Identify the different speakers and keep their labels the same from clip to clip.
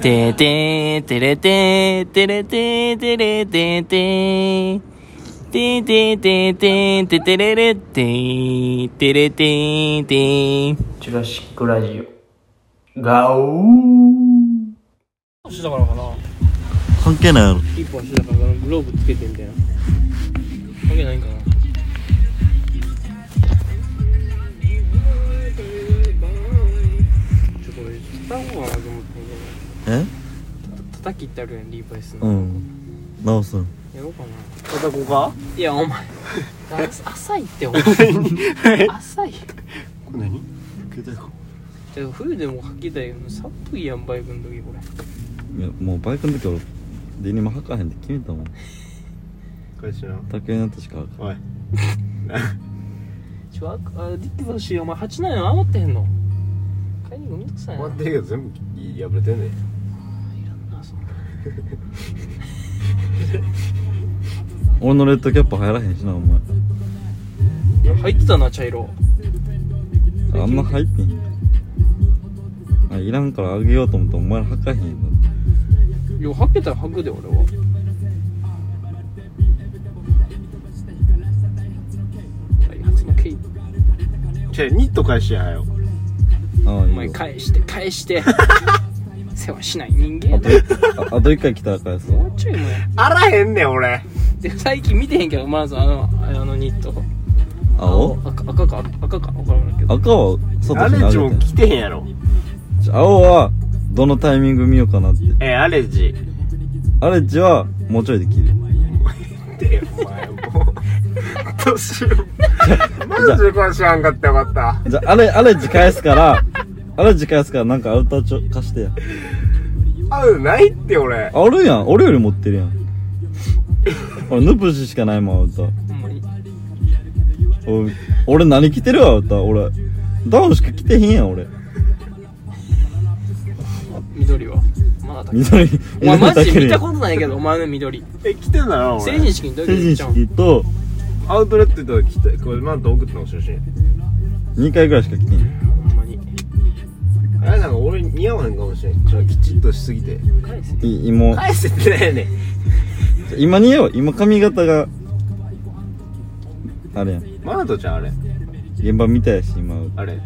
Speaker 1: てーてーてれてーてれてーてれてーてーてーてーてーてーててれれってーてれてーてー
Speaker 2: ジュラシックラジオ。ガオー
Speaker 3: してたからかな
Speaker 4: 関係ないやろ
Speaker 3: 一本してたからグローブつけてみたいな関係ないんかなちょっと俺使おうかなと思ってんけ
Speaker 4: え
Speaker 3: ど叩きってあるやんリーバイスの、
Speaker 4: うん直すん
Speaker 3: やろうかな
Speaker 1: 叩こうか
Speaker 3: いやお前 浅いって お前 浅い
Speaker 4: 何
Speaker 3: じゃあ冬でも履きたいけど寒いやんバイクの時これ
Speaker 4: いやもうバイクの時俺デニム履かへんって決めたもん
Speaker 5: これしな
Speaker 4: 竹になったしか
Speaker 5: おい
Speaker 3: ちょああディッキだしお前8なんや余ってへんの買いに行くのめんどくさいな
Speaker 5: 終わってるけど全部破れてんね
Speaker 3: いらんなそんな
Speaker 4: 俺のレッドキャップ入らへんしなお 前
Speaker 3: いや入ってたな茶色
Speaker 4: あんま入ってんあいらんからあげようと思ったらお前ら履かへんやんだっ
Speaker 3: いや履けたら履くで俺は開発の経緯
Speaker 5: じゃあニット返しやはよ
Speaker 4: てああ
Speaker 3: お
Speaker 4: いい
Speaker 3: 前
Speaker 4: よ
Speaker 3: 返して返して世話しない人間や
Speaker 4: あ
Speaker 3: な
Speaker 4: と一ああと一回来たら返すわ
Speaker 3: もうちょいもや
Speaker 5: あらへんねん俺
Speaker 3: で最近見てへんけどマラソンあのあのニット
Speaker 4: 青
Speaker 3: 赤赤か赤か分からないけど
Speaker 4: 赤は外
Speaker 5: ア
Speaker 4: に
Speaker 5: レ
Speaker 4: あ
Speaker 5: ジも
Speaker 4: げ
Speaker 5: 来てへんやろ
Speaker 4: て青はどのタイミング見ようかなって
Speaker 5: えアレジ
Speaker 4: アレッジはもうちょいで切る
Speaker 5: でお前もうどうしようマジでこれ知らんかったよかった
Speaker 4: じゃあ、あれ、あれ、時返すから、あれ、時返すから、なんかアウターちょ、貸してや。
Speaker 5: 合うないって俺
Speaker 4: あるやん。俺より持ってるやん。俺、ヌプシしかないもん、アウター。
Speaker 3: ほんまに
Speaker 4: お俺、何着てるわ、アウター。俺、ダウンしか着てへんやん、俺。
Speaker 3: 緑はまだだけ
Speaker 4: 緑、
Speaker 3: お前
Speaker 4: 緑
Speaker 3: マ
Speaker 4: だ
Speaker 3: ジで
Speaker 4: け
Speaker 3: 見
Speaker 4: で
Speaker 3: た。ことないけどお前の緑
Speaker 5: え来てんだな
Speaker 3: 成
Speaker 5: 俺
Speaker 3: 人式の時
Speaker 4: 成
Speaker 3: に
Speaker 4: 人
Speaker 3: ちゃん
Speaker 4: 式と、
Speaker 5: アウトレット行ったら来てこれマント送ったの写真
Speaker 4: 2回ぐらいしか着てへん。
Speaker 3: ほんまに
Speaker 5: あれなんか俺に似合わへんかもしれんちょっときちっとしすぎて
Speaker 3: 返せ
Speaker 4: い、今、
Speaker 5: 返せってないねん
Speaker 4: 今に言えば、今髪型が、あれやん。
Speaker 5: マントちゃんあれ
Speaker 4: 現場見たやし、今。
Speaker 5: あれ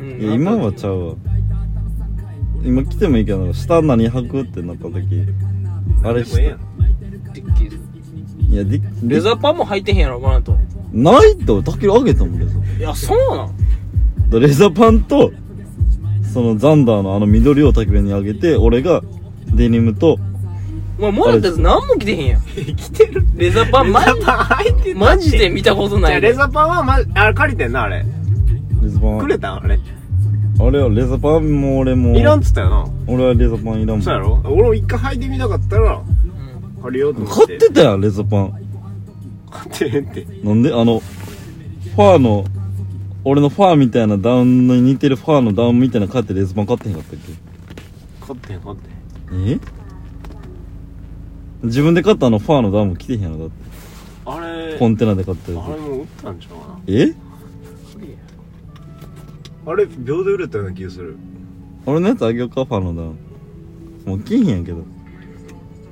Speaker 3: うん
Speaker 4: いや、今はちゃうわ。今着てもいいけど、下何履くってなった時、あれ
Speaker 5: でもええやん
Speaker 3: ディッキーズ
Speaker 4: いや、で、
Speaker 3: レザーパンも入ってへんやろマナと
Speaker 4: ないって俺、タケルあげたもん、レザー
Speaker 3: いやそうなん
Speaker 4: だからレザーパンと、そのザンダーのあの緑をタケルにあげて、俺がデニムと、
Speaker 3: お前もらったやつ何も着てへんやん着てるレザーパンマ
Speaker 5: レザーパン入って
Speaker 3: ジ
Speaker 5: んの
Speaker 3: マジで見たこと
Speaker 5: じ
Speaker 3: な
Speaker 5: ゃあ
Speaker 3: い
Speaker 5: レザーパンはまあれ借りてんなあれ
Speaker 4: レザーパン。
Speaker 5: くれたんあれ
Speaker 4: あれはレザーパンも俺も。
Speaker 5: いらんっつったよな
Speaker 4: 俺はレザーパンいらんもん。
Speaker 5: そうやろ俺も一回履いてみたかったら
Speaker 3: うん
Speaker 5: 借りようと思
Speaker 4: 買
Speaker 5: っ
Speaker 4: っててたやん、レザーパン。
Speaker 5: 買ってへんって
Speaker 4: なんであの、ファーの、俺のファーみたいなダウンに似てるファーのダウンみたいなの買ってレザーパン買ってへんかったっけ
Speaker 5: 買ってへん買ってへん
Speaker 4: え自分で買ったあのファーのダウンも着てへんやろ、だって。
Speaker 5: あれ
Speaker 4: コンテナで買ったや
Speaker 5: あれもう売ったんちゃうか
Speaker 4: つ。え
Speaker 5: なあれ秒で売れたような気がする
Speaker 4: 俺のやつあげようかファンのダウンもう着んやけど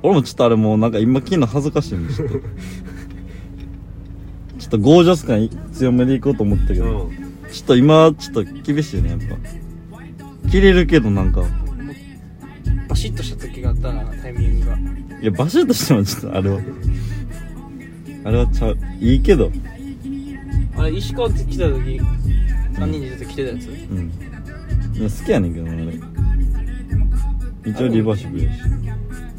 Speaker 4: 俺もちょっとあれもうなんか今着んの恥ずかしいもんち ょっとちょっとゴージャス感強めでいこうと思ったけ
Speaker 5: う
Speaker 4: ど、
Speaker 5: ん
Speaker 4: ちょっと今ちょっと厳しいねやっぱ着れるけどなんか
Speaker 3: バシッとした時があったなタイミングが
Speaker 4: いやバシッとしてもちょっとあれはあれはちゃういいけど
Speaker 3: あれ石川って来た時3人でずっと着てたやつ
Speaker 4: うんいや好きやねんけどなあれ一応リバーシブルやし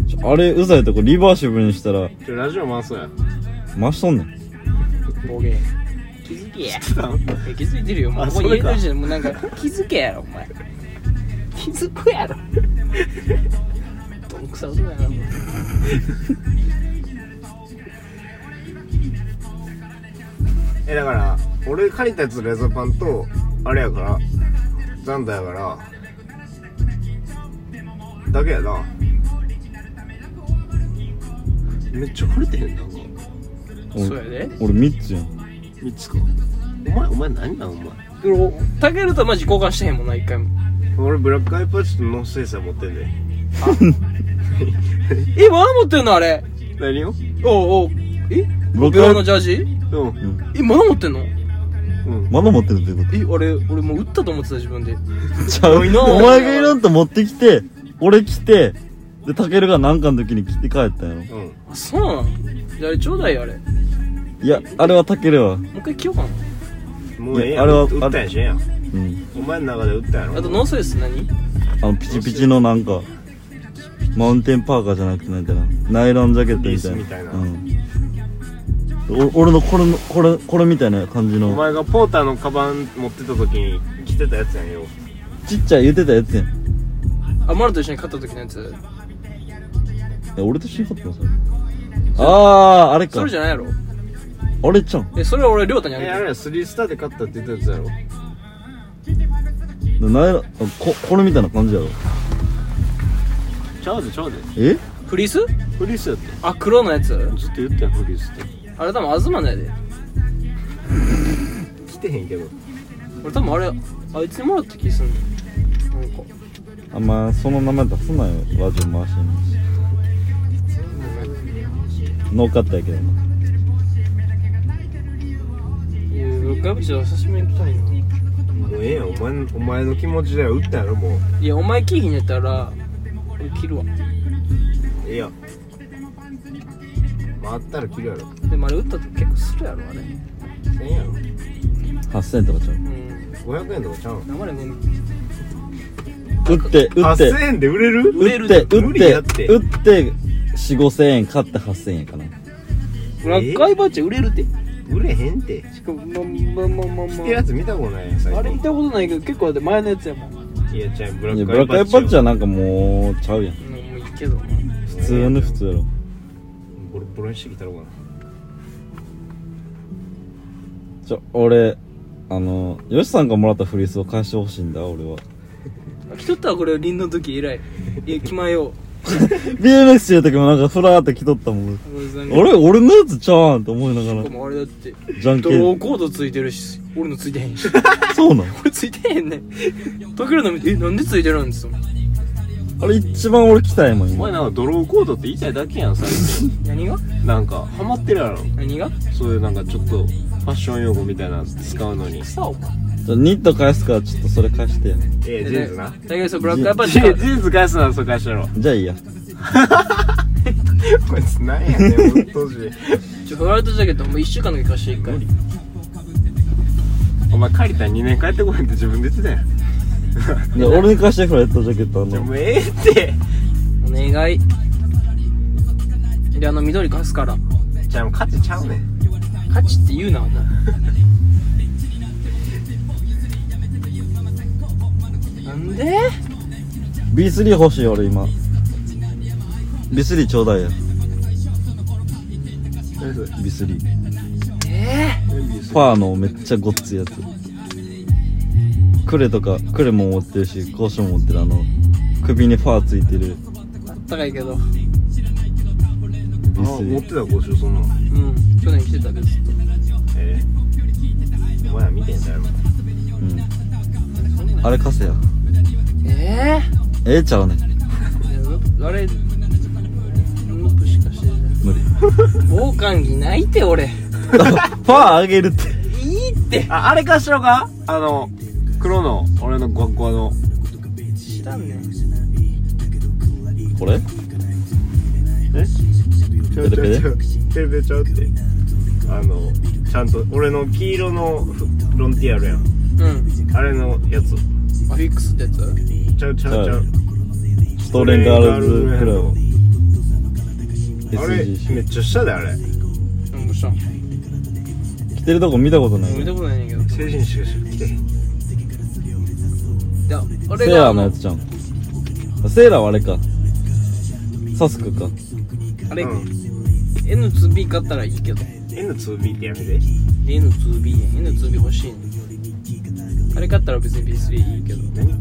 Speaker 4: ちょあれうざいとこリバーシブルにしたら
Speaker 5: ちょラジオ回そうや
Speaker 4: 増しとんねん
Speaker 3: 暴言気づけや
Speaker 5: あ
Speaker 3: いや気づいてるよもう
Speaker 5: あ
Speaker 3: ここに入れて
Speaker 5: それ
Speaker 3: る
Speaker 5: か
Speaker 3: じゃんもうなんか気づけやろお前気づくやろどんくさそうやなもう
Speaker 5: えだから俺借りたやつレザーパンとあれやからザンダーやからだけやなめっちゃ借りてへんなんか
Speaker 4: 俺
Speaker 3: そうやで
Speaker 4: 俺3つやん
Speaker 5: 3つかお前お前何なんお前
Speaker 3: でもタケルとマジ交換してへんもんな一回も
Speaker 5: 俺ブラックアイパッチとノースエーサー持ってんね
Speaker 3: え、まだ持ってんのあれ。
Speaker 5: 何を
Speaker 3: おうおう。え
Speaker 4: 僕
Speaker 3: 病の
Speaker 4: は
Speaker 3: ジャージ
Speaker 5: うん
Speaker 3: え、まだ持ってんの
Speaker 5: うん
Speaker 4: まだ持ってるってこ
Speaker 3: え、あれ、俺もう打ったと思ってた自分で。
Speaker 4: とちゃう
Speaker 3: おいな
Speaker 4: お前がいろんと持ってきて俺来てでタケルがなんかの時に着て帰ったんやろ
Speaker 5: うん
Speaker 3: あ、そうなんじゃああれちょうだいよ、あれ。も
Speaker 4: いやあれはタケルは
Speaker 3: う一回着ようかな。
Speaker 5: もうええや
Speaker 4: あ
Speaker 5: ん
Speaker 4: れは
Speaker 5: 打ったんやしええやん
Speaker 4: うん
Speaker 5: お前の中で打ったん
Speaker 3: あ
Speaker 5: や
Speaker 3: と、
Speaker 5: ろ
Speaker 3: ノースレス何
Speaker 4: あのピチピチのなんかマウンテンパーカーじゃなくてなんてなナイロンジャケットみたいな
Speaker 5: リースみたいな
Speaker 4: うん、お俺のこれのこれこれみたいな感じ
Speaker 5: お
Speaker 4: の
Speaker 5: 前がポーターのカバン持ってた時に着てたやつやんよ
Speaker 4: ちっちゃい言ってたやつやんい
Speaker 3: あ、マルと一緒に勝った時のやつ。
Speaker 4: や俺と一緒に買ったのそれああーあれか
Speaker 3: それじゃないやろ。
Speaker 4: あれちゃん
Speaker 3: え、それは俺、りょうたにあげ
Speaker 5: え
Speaker 3: て
Speaker 5: あ
Speaker 3: る。
Speaker 5: れやスリースターで勝ったって言ったやつやろ
Speaker 4: ナイロンあここれみたいな感じやろ
Speaker 5: ちゃうでちゃうで
Speaker 4: え
Speaker 3: フリース
Speaker 5: フリースやって
Speaker 3: あ、黒のやつ
Speaker 5: ずっと言ったやんフリースって
Speaker 3: あれ多分、あずまのやで。
Speaker 5: 着てへんけど
Speaker 3: 俺多分あれ、あいつにもらった気すんの。なんか。
Speaker 4: あんまその名前出すなよラジオ回してんのにノーカットやけどない
Speaker 3: や、ガブチで久しぶりに来たいな。
Speaker 5: もうええやんお前のお前の気持ちだよ打ったやろもう
Speaker 3: いや、お前着いひんやったら、俺着るわ。
Speaker 5: ええやん回ったら着るやろ
Speaker 3: でもあれ打ったと結構するやろ、あれ。う
Speaker 5: 1000円やろ
Speaker 4: 8000とかちゃ
Speaker 3: ん。
Speaker 5: 500円とかちゃうん
Speaker 3: 生でね、
Speaker 4: う打って打って
Speaker 5: 8000円で売れる
Speaker 3: 売れ
Speaker 4: 打
Speaker 3: る
Speaker 4: っ
Speaker 3: で
Speaker 4: て
Speaker 5: 無
Speaker 4: 打っ
Speaker 5: 理やってて
Speaker 4: 打って4 5 0 0円買って8000円かな
Speaker 3: 赤いバッチ売れるって。
Speaker 5: 売れへんて
Speaker 3: しかも、まあまあまあまあ
Speaker 5: 着
Speaker 3: ま
Speaker 5: てるやつ見たことないやん最
Speaker 3: あ。あれ見
Speaker 5: 近
Speaker 3: たことないけど、結構だって前のやつやもん。うん
Speaker 5: いやちゃうブラ
Speaker 4: いや
Speaker 5: ッ
Speaker 4: ブ
Speaker 5: ク
Speaker 4: ラックアイパッチは
Speaker 5: ん
Speaker 4: なんかもうちゃうやん
Speaker 3: もういいけどな。
Speaker 4: 普通の普通やろ
Speaker 5: ボロボロにしてきたろうかな
Speaker 4: ちょ俺あのヨシさんがもらったフリースを返してほしいんだ俺は
Speaker 3: あ着とったわ、これ、凛の時以来。いや、着ま よう。
Speaker 4: BMX してる時もなんかフラーって来とったもん
Speaker 3: あ
Speaker 4: 俺俺のやつちゃうんって思いなが
Speaker 3: しからもあれだって、
Speaker 4: じゃん
Speaker 3: ド
Speaker 4: け
Speaker 3: ロー
Speaker 4: ん
Speaker 3: コードついてるし、俺のついてへんし。
Speaker 4: そうなん
Speaker 3: 俺ついてへんねん。溶けるの見て、え、なんでついてるんですよ。
Speaker 4: あれ一番俺来たいもん
Speaker 5: お
Speaker 4: 今
Speaker 5: 前なんかドローコードって言いたいだけやん最 近
Speaker 3: 何が
Speaker 5: なんかハマってるやろ
Speaker 3: 何が
Speaker 5: そういうなんかちょっとファッション用語みたいなの使うのに
Speaker 3: 草を。
Speaker 4: じゃあニット返すからちょっとそれ返してや
Speaker 5: ええジーンズな
Speaker 3: だけどさ、ブラックアイパッ
Speaker 5: ジ
Speaker 3: チが。
Speaker 5: ーンズ返すなそれ返したろ
Speaker 4: じゃあいいや
Speaker 5: こいつなんやねんほんとに
Speaker 3: ちょ、フライトジャケットもう1週間だけ貸して1回。
Speaker 5: お前借りたら2年帰ってこへんって自分で言ってたやん
Speaker 4: で俺に返してフライトジャケットあ
Speaker 5: で
Speaker 4: の
Speaker 5: もうええって
Speaker 3: お願い。で、あの緑貸すから。
Speaker 5: じゃあもう勝ちちゃうねん
Speaker 3: 価値って言うな、お前。なんで
Speaker 4: B3 欲しい俺今 B3 ちょうだいや B3
Speaker 3: え
Speaker 4: ファーのめっちゃごっついやつクレとかクレも持ってるしコーションも持ってるあの首にファーついてる
Speaker 3: ー、あったかいけど。
Speaker 5: あ持っ
Speaker 4: B3
Speaker 5: てた講習そんな
Speaker 3: う
Speaker 5: の
Speaker 3: ん。去年来てたけど、ずっと。
Speaker 5: ええお前ら見てんだよ
Speaker 4: うんあれ貸せや
Speaker 3: え
Speaker 4: ええちゃうね
Speaker 3: ー、いやロップあれ、ロップしかしてない。
Speaker 4: 無理フ
Speaker 3: 防寒着ないって、俺。
Speaker 4: ァーあげるって
Speaker 3: いいって。
Speaker 5: ああれ貸しろかあの黒の俺の学校の
Speaker 3: 知らんねん。
Speaker 4: これ
Speaker 5: えち
Speaker 4: ペレペレ
Speaker 5: うペレペレちゃうってあのちゃんと俺の黄色のフロンティアルやん
Speaker 3: うん。
Speaker 5: あれのやつ
Speaker 3: アフィックスってやつ
Speaker 5: ちゃうちゃうちゃう
Speaker 4: ストレンガールズクラブ
Speaker 5: あれめ
Speaker 4: SG
Speaker 5: っちゃ下だよあれ
Speaker 3: うん、どうしたん
Speaker 4: 着てるとこ見たことない
Speaker 3: 見たことないねんけど。
Speaker 5: 成人式しか来てへん
Speaker 3: いや、俺
Speaker 4: セー
Speaker 3: が
Speaker 4: ラ
Speaker 3: あ
Speaker 4: ーのや
Speaker 3: の、
Speaker 4: つじゃんセーラーはあれかサスクか
Speaker 3: あれ、
Speaker 5: うん
Speaker 3: N2B 買ったらいいけど。
Speaker 5: N2B ってやめて
Speaker 3: N2B や N2B 欲しいねあれ買ったら別に B3 いいけど
Speaker 5: 何
Speaker 3: あ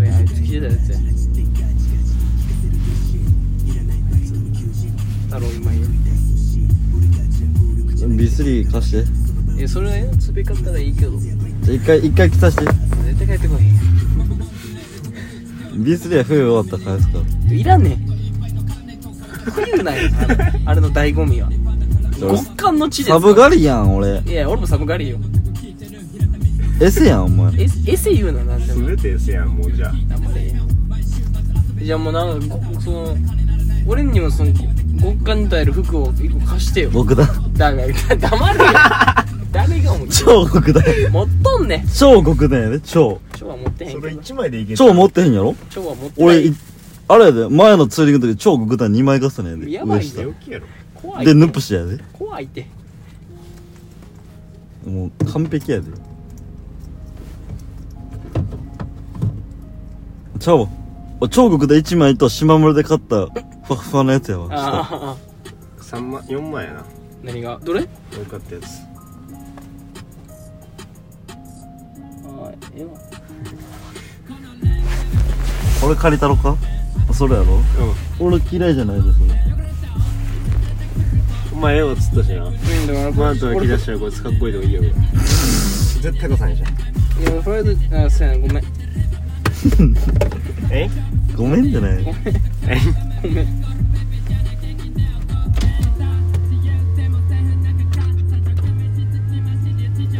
Speaker 3: れあいつ着てたやつや太郎今言う
Speaker 4: B3 貸して
Speaker 3: えそれ N2B 買ったらいいけど絶
Speaker 4: じゃあ一回一回着さして
Speaker 3: 対帰ってこへんや
Speaker 4: B3
Speaker 3: ん
Speaker 4: B3 は冬終わったら返すから
Speaker 3: いらねえ冬なんやあれあれの醍醐味は
Speaker 4: じゃあ俺
Speaker 3: 極寒の地ですか
Speaker 4: サ
Speaker 3: ら
Speaker 4: ブ狩りやん俺
Speaker 3: いや俺も寒がりよ
Speaker 4: エセやんお前
Speaker 3: エセエセ言うな何でも
Speaker 5: 全てせやんもうじゃあ
Speaker 3: あんまりじゃあもうなんかごその俺にもそのご極寒に耐える服を一個貸してよ
Speaker 4: 僕だ
Speaker 3: だが黙 るよ誰がも
Speaker 4: 超極だ
Speaker 3: 持っとんねん
Speaker 4: 超極だよね超
Speaker 3: 蝶は持ってへ
Speaker 5: そ
Speaker 3: んけ
Speaker 5: れ
Speaker 3: ど
Speaker 5: 一枚でいける
Speaker 4: 超持ってへんやろ
Speaker 3: 蝶は持ってな
Speaker 4: 俺
Speaker 3: い
Speaker 4: いあれやで前のツーリングの時超極端2枚重ねや
Speaker 3: や
Speaker 4: で
Speaker 3: ばい
Speaker 4: 上
Speaker 3: よ
Speaker 4: 下
Speaker 5: 病気やろ
Speaker 3: 怖い
Speaker 4: で
Speaker 3: て
Speaker 4: ヌプシやで
Speaker 3: 怖いって
Speaker 4: もう完璧やでちゃうわお超極で1枚と島村で買ったふわふわのやつやわ
Speaker 3: あ
Speaker 4: 下
Speaker 3: あ
Speaker 5: 三万4万やな
Speaker 3: 何がどれあ
Speaker 5: 多かったやつ
Speaker 3: あええわ
Speaker 4: 俺借りたろかあそれやろ俺嫌いじゃないでそれ
Speaker 5: うんお前絵をつったしな
Speaker 3: うんでも
Speaker 5: マートが
Speaker 3: 俺
Speaker 5: 着出したらこいつかっこいいとこいいよ絶対こさんじゃん
Speaker 3: いやフライドあそうやなごめん
Speaker 5: え
Speaker 4: ごめんじゃない
Speaker 3: ごめん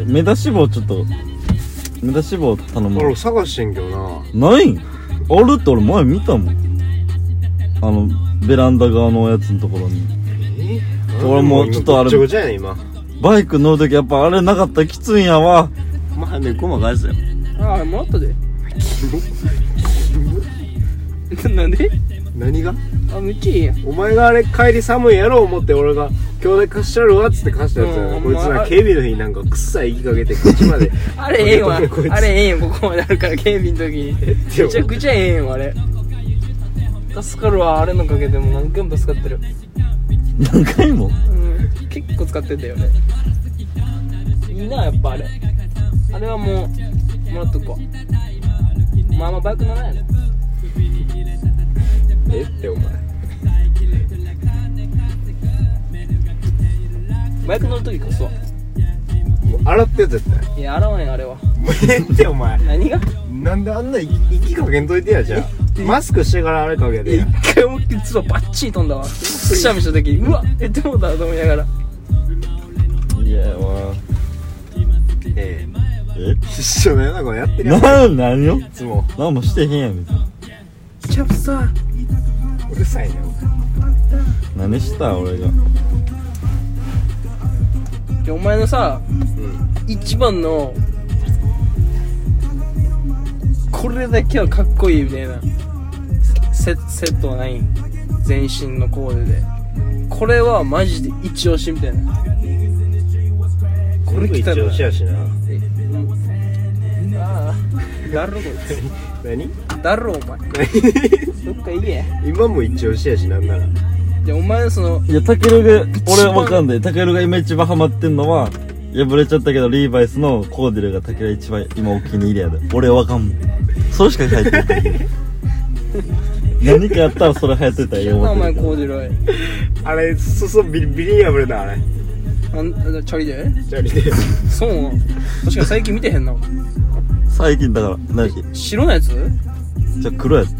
Speaker 4: 目出し帽ちょっと目出し帽頼む
Speaker 5: 俺探してんけどな
Speaker 4: ないんあるって俺前見たもんあのベランダ側のやつのところに
Speaker 5: え
Speaker 4: 俺もうちょっとあれ
Speaker 5: ごちゃごちゃやね今
Speaker 4: バイク乗るときやっぱあれなかったらきついんやわ
Speaker 5: まあねごま返すよ
Speaker 3: ああもらったでなんで
Speaker 5: 何が
Speaker 3: あめっちゃいいやん
Speaker 5: お前があれ帰り寒いやろ思って俺が今日で貸しちゃるわっつって貸したやつや
Speaker 3: うん
Speaker 5: なこいつ
Speaker 3: まあ
Speaker 5: ら警備の日なんか臭い息かけてこっちまで
Speaker 3: あれええわ
Speaker 5: こいつ
Speaker 3: あれええよここまであるから警備の時に
Speaker 5: でも
Speaker 3: めちゃくちゃええよあれ助かるわあれのおかげでもう何回も助かってる、
Speaker 4: 何回も
Speaker 3: うん、結構使ってたよ俺いいなやっぱあれあれはもうもらっとこうまあまあバイク乗らんやろ
Speaker 5: えってお前
Speaker 3: バイク乗る時こそ
Speaker 5: もう洗ってよ絶対
Speaker 3: いや洗わへんあれは
Speaker 5: もうええってお前
Speaker 3: 何が
Speaker 5: なんであんな息息かけんといてやじゃあマスクしてからあれかけてや
Speaker 3: 一回思いっきりツババッチリ飛んだわくしゃみした時にうわえってもうたと思いながら
Speaker 4: いやわ
Speaker 5: え
Speaker 4: え
Speaker 5: え一緒だよなこれやってるやんい
Speaker 4: なん何よ
Speaker 5: つも
Speaker 4: 何もしてへんやん別に
Speaker 3: キャプさん
Speaker 5: うるさいね
Speaker 4: 何した俺が
Speaker 3: いやお前のさ、
Speaker 5: ん
Speaker 3: 一番のこれだけはかっこいいみたいなセセットはない全身のコーデでこれはマジで一押しみたいなこれ
Speaker 5: 一
Speaker 3: 来たら
Speaker 5: 応しやしな
Speaker 3: えうんああだろこい
Speaker 5: 何
Speaker 3: つだろお 前どっか行け
Speaker 5: 今も一応しやしなんなら
Speaker 3: いやお前のその
Speaker 4: いやタケルが
Speaker 3: 番
Speaker 4: 俺はわかんないタケルが今一番ハマってんのは破れちゃったけどリーバイスのコーディルがタケルが一番今お気に入りやで俺わかんもんそれしか書いてない 何かやったらそれ流行ってたらええ
Speaker 3: お
Speaker 4: 思って
Speaker 3: 前
Speaker 4: るけ
Speaker 3: コ
Speaker 4: ど
Speaker 3: ーデュロイ
Speaker 5: あれそうそうビリビリに破れたあれ
Speaker 3: あんあチャリで
Speaker 5: じゃあ見て
Speaker 3: そうなの確かに最近見てへんな
Speaker 4: 最近だから何じ
Speaker 3: 白のやつ
Speaker 4: ゃあ黒やって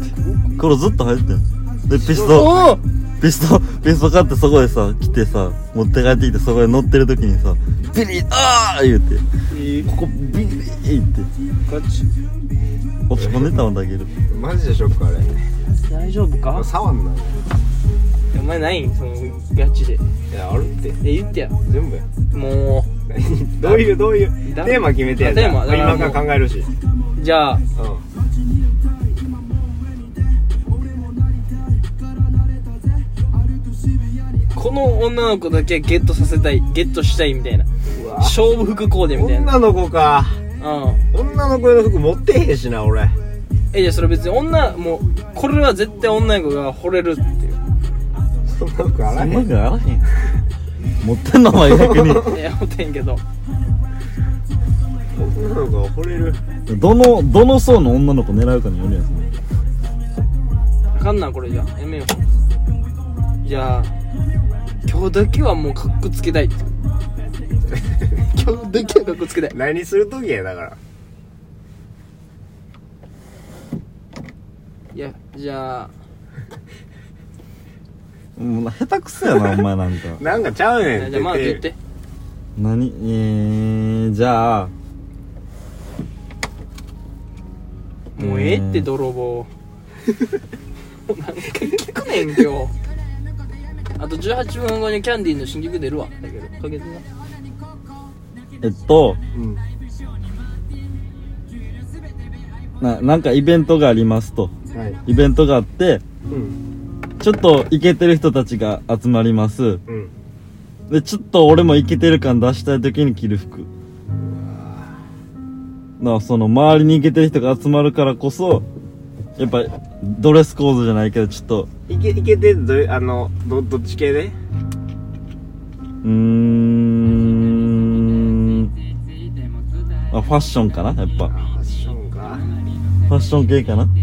Speaker 4: 黒ずっと流行ってんでピスト
Speaker 3: おお
Speaker 4: ピスト、ピスト買ってそこでさ、来てさ、持って帰ってきてそこで乗ってる時にさ、ビリッ、あー言うて、ここビリッって、
Speaker 3: ガチ
Speaker 4: 落ち込んでたもんだけど。
Speaker 5: マジでショックあれ
Speaker 3: 大丈夫か
Speaker 5: 触んな
Speaker 3: お前ないんそのガチで
Speaker 5: いやあるって
Speaker 3: え言ってや
Speaker 5: 全部や
Speaker 3: も
Speaker 5: どういうどういう
Speaker 3: だ
Speaker 5: テーマ決めてや
Speaker 3: あ
Speaker 5: じゃあ
Speaker 3: テーマだから
Speaker 5: 今から考えるし
Speaker 3: うじゃあ
Speaker 5: う
Speaker 3: この女の子だけゲットさせたいゲットしたいみたいなん
Speaker 5: うわ
Speaker 3: 勝負服コーデみたいな
Speaker 5: 女の子か
Speaker 3: うん
Speaker 5: 女の子の服持ってへんしな俺
Speaker 3: えじゃあそれ別に女もうこれは絶対女の子が惚れるっていう
Speaker 5: そんな服あら
Speaker 4: あ
Speaker 5: へ
Speaker 4: ん
Speaker 5: ん
Speaker 4: まりあらへん。持ってんのお前逆
Speaker 3: いや思ってんけど
Speaker 5: 女の子が惚れる
Speaker 4: に。どの、どの層の女の子狙うかによるやん、それ
Speaker 3: あかんなこれじゃあやめようじゃあ今日だけはもうカッコつけたいって 今日だけはカッコつけたい
Speaker 5: 何する時やだから
Speaker 3: いやじゃあ
Speaker 4: もうな下手くそやなお前なんか
Speaker 5: なんかちゃうねんって
Speaker 3: じゃあまず言って
Speaker 4: 何えー、じゃあ
Speaker 3: もうええって泥棒 なんか聞くねん今日あと18分後にキャンディーの新曲出るわだけどかけてな
Speaker 4: えっと
Speaker 5: うん
Speaker 4: ななんかイベントがありますと
Speaker 5: はい
Speaker 4: イベントがあって
Speaker 5: うん
Speaker 4: ちょっとイケてる人たちが集まります
Speaker 5: うん
Speaker 4: でちょっと俺もイケてる感出したい時に着る服なその周りにイケてる人が集まるからこそやっぱドレスコードじゃないけどちょっと
Speaker 5: いけいけてどあのどどっち系で
Speaker 4: うーんあファッションかなやっぱ
Speaker 5: あファッションか
Speaker 4: ファッション系かな
Speaker 5: ファ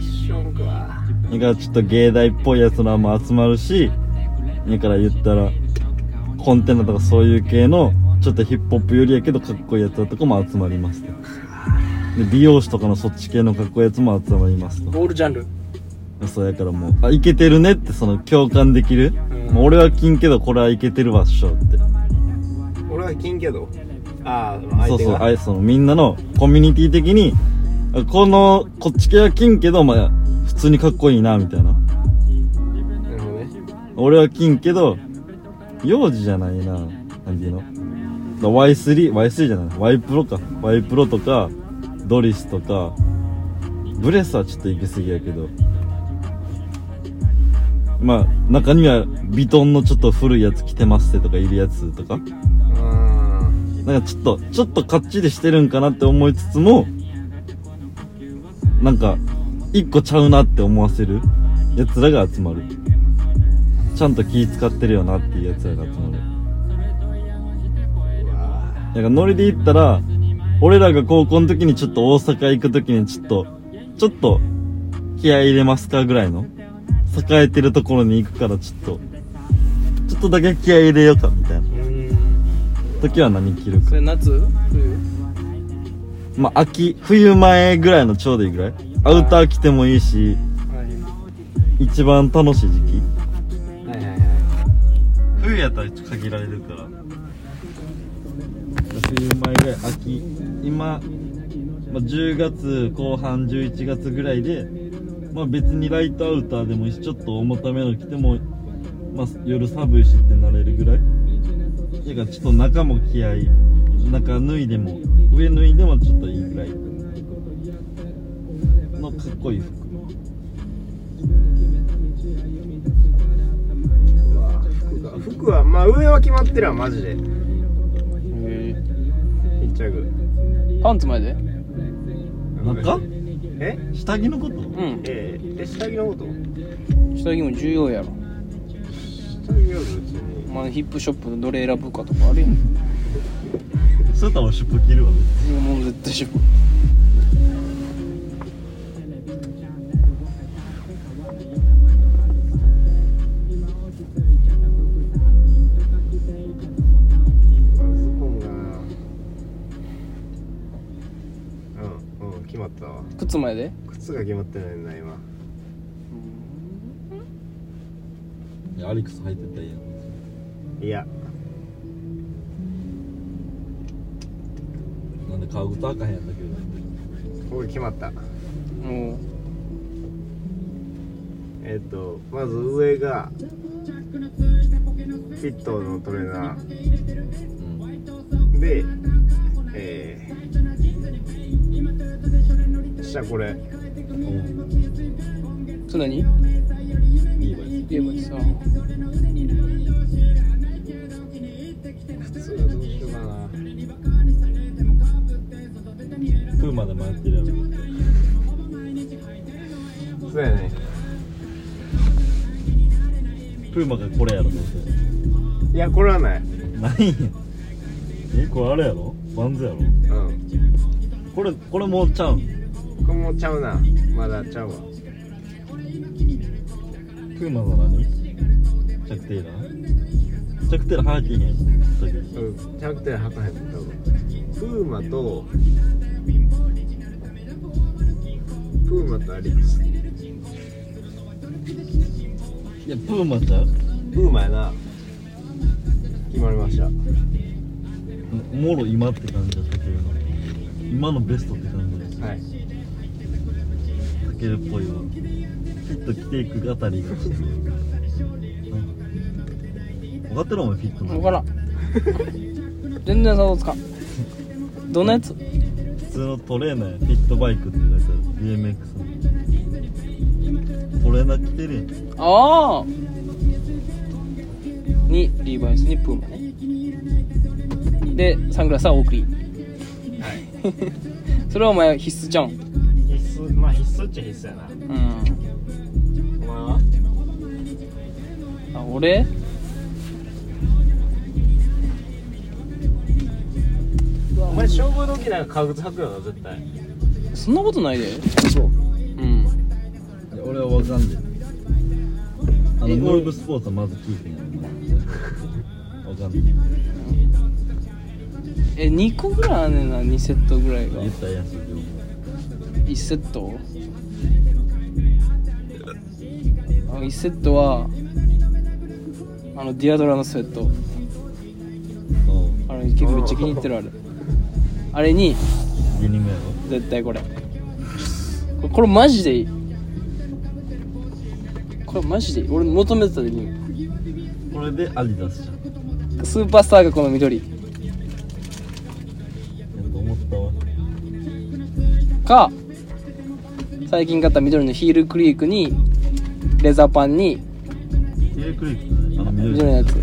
Speaker 5: ッションか
Speaker 4: だからちょっと芸大っぽいやつらも集まるしだから言ったらコンテナとかそういう系のちょっとヒップホップよりやけどかっこいいやつらとかも集まりますとで美容師とかのそっち系のかっこいいやつも集まりますと
Speaker 3: オールジャンル
Speaker 4: そうやからもうあいけてるねってその共感できる、
Speaker 3: うん
Speaker 4: もう俺は金けどこれはいけてるわっしょって
Speaker 5: 俺は金けどああ
Speaker 4: そ
Speaker 5: 相
Speaker 4: う
Speaker 5: 手
Speaker 4: そう
Speaker 5: が
Speaker 4: あいそのみんなのコミュニティ的にあこのこっち系は金けどまあ普通にかっこいいなみたいな
Speaker 5: なるほどね
Speaker 4: 俺は金けど幼児じゃないななんていうのだ Y3Y3 じゃない Y プロか Y プロとかドリスとかブレスはちょっと行き過ぎやけどまあ中にはビトンのちょっと古いやつ着てますってとかいるやつとか
Speaker 5: うん
Speaker 4: なんかちょっとちょっとかっちりしてるんかなって思いつつもなんか一個ちゃうなって思わせるやつらが集まるちゃんと気使ってるよなっていうやつらが集まる
Speaker 5: うわ
Speaker 4: なんかノリで言ったら俺らが高校の時にちょっと大阪行く時にちょっとちょっと気合い入れますかぐらいの栄えてるところに行くからちょっとちょっとだけ気合い入れようかみたいな
Speaker 3: うん
Speaker 4: 時は何着るか
Speaker 3: それ夏冬
Speaker 4: まあ、秋、冬前ぐらいのちょうどいいぐらい。アウター着てもいいし、
Speaker 3: はい
Speaker 4: 一番楽しい時期。
Speaker 5: はいはいは
Speaker 4: 冬やったら限られるから。冬前ぐらい、秋。今、まあ、10月後半、11月ぐらいで、まあ別にライトアウターでもいいし、ちょっと重ための着ても、まあ夜寒いしってなれるぐらい。てかちょっと中も気合い、中脱いでも、上脱いでもちょっといいぐらい。のかっこいい服。
Speaker 5: いうわ服が服はまあ上は決まってるわマジで一着
Speaker 3: パンツ前で
Speaker 4: 中
Speaker 5: え
Speaker 4: 下着のこと
Speaker 3: うん
Speaker 5: えええ下着のこと
Speaker 3: 下着も重要やろ
Speaker 5: 下着は別に
Speaker 3: お前ヒップショップでどれ選ぶかとかあるやん
Speaker 4: それともシュプ着るわ
Speaker 3: もう絶対ショップ
Speaker 5: まあズボンがうんうん決まったわ
Speaker 3: 靴前で
Speaker 5: 靴が決まってないんだ今
Speaker 4: いやアリクス履いてったらいいやん
Speaker 5: いや
Speaker 4: なんで革靴あかへんやったけど
Speaker 5: 僕決まった
Speaker 3: もう
Speaker 5: えっ、とまず上がフィットのトレーナーでえー、下これ
Speaker 4: うん
Speaker 3: それ何
Speaker 4: リーバイ
Speaker 3: いやまあさ
Speaker 5: 靴がどうしようかな
Speaker 4: スプーマで迷ってるやろ
Speaker 5: そうやね
Speaker 4: プーマがこれやろどうせ
Speaker 5: いやこれはない
Speaker 4: ないんやえこれあれやろバンズやろ
Speaker 5: うん
Speaker 4: これこれもうちゃうん
Speaker 5: これもちゃうなまだちゃうわ
Speaker 4: プーマが何チャクテーラーチャクテーラー履いてへんやろ
Speaker 5: うんちゃなくて履かへん多分プーマとプーマとアリックス
Speaker 4: いやプーマちゃう
Speaker 5: プーマやな決まりました
Speaker 4: おもろ今って感じだったけど今のベストって感じだ
Speaker 5: はい
Speaker 4: たけるっぽいわきっと着ていくあたりがうん分かってるお前フィット
Speaker 3: 分
Speaker 4: の
Speaker 3: からん全然想像つかんどんなやつ
Speaker 4: 普通のトレーナーやフィットバイクって書いてある BMX のトレーナー着てるやん
Speaker 3: ああにリーバイスにプーマねでサングラスはオークリー それはお前必須じゃんう
Speaker 2: 必須まあ必須っちゃ必須やなんお前は
Speaker 3: あ俺
Speaker 2: お前勝負時なんか革靴履くよな絶対
Speaker 3: そんなことないで
Speaker 2: そう
Speaker 3: うん
Speaker 4: いや俺はわかんねえあ
Speaker 3: え
Speaker 4: のノルブスポーツはまず聞いてないわかんね
Speaker 3: え2個ぐらいあんねんな2セットぐらい
Speaker 4: え
Speaker 3: が
Speaker 4: 言ったやつでも
Speaker 3: 1セットあ1セットはあのディアドラのスウェット
Speaker 4: うん
Speaker 3: あれ結構めっちゃ気に入ってるあれあれに
Speaker 4: デニムやろ
Speaker 3: 絶対これこれこれマジでいいこれマジでいい俺求めてた時に
Speaker 4: これでアディダスじゃんや
Speaker 3: スーパースターがこの緑
Speaker 4: っと思ったわ
Speaker 3: か最近買った緑のヒールクリークにレザーパンに
Speaker 4: テークリックあの緑
Speaker 3: 緑の
Speaker 4: のや
Speaker 3: や
Speaker 4: つ
Speaker 3: つ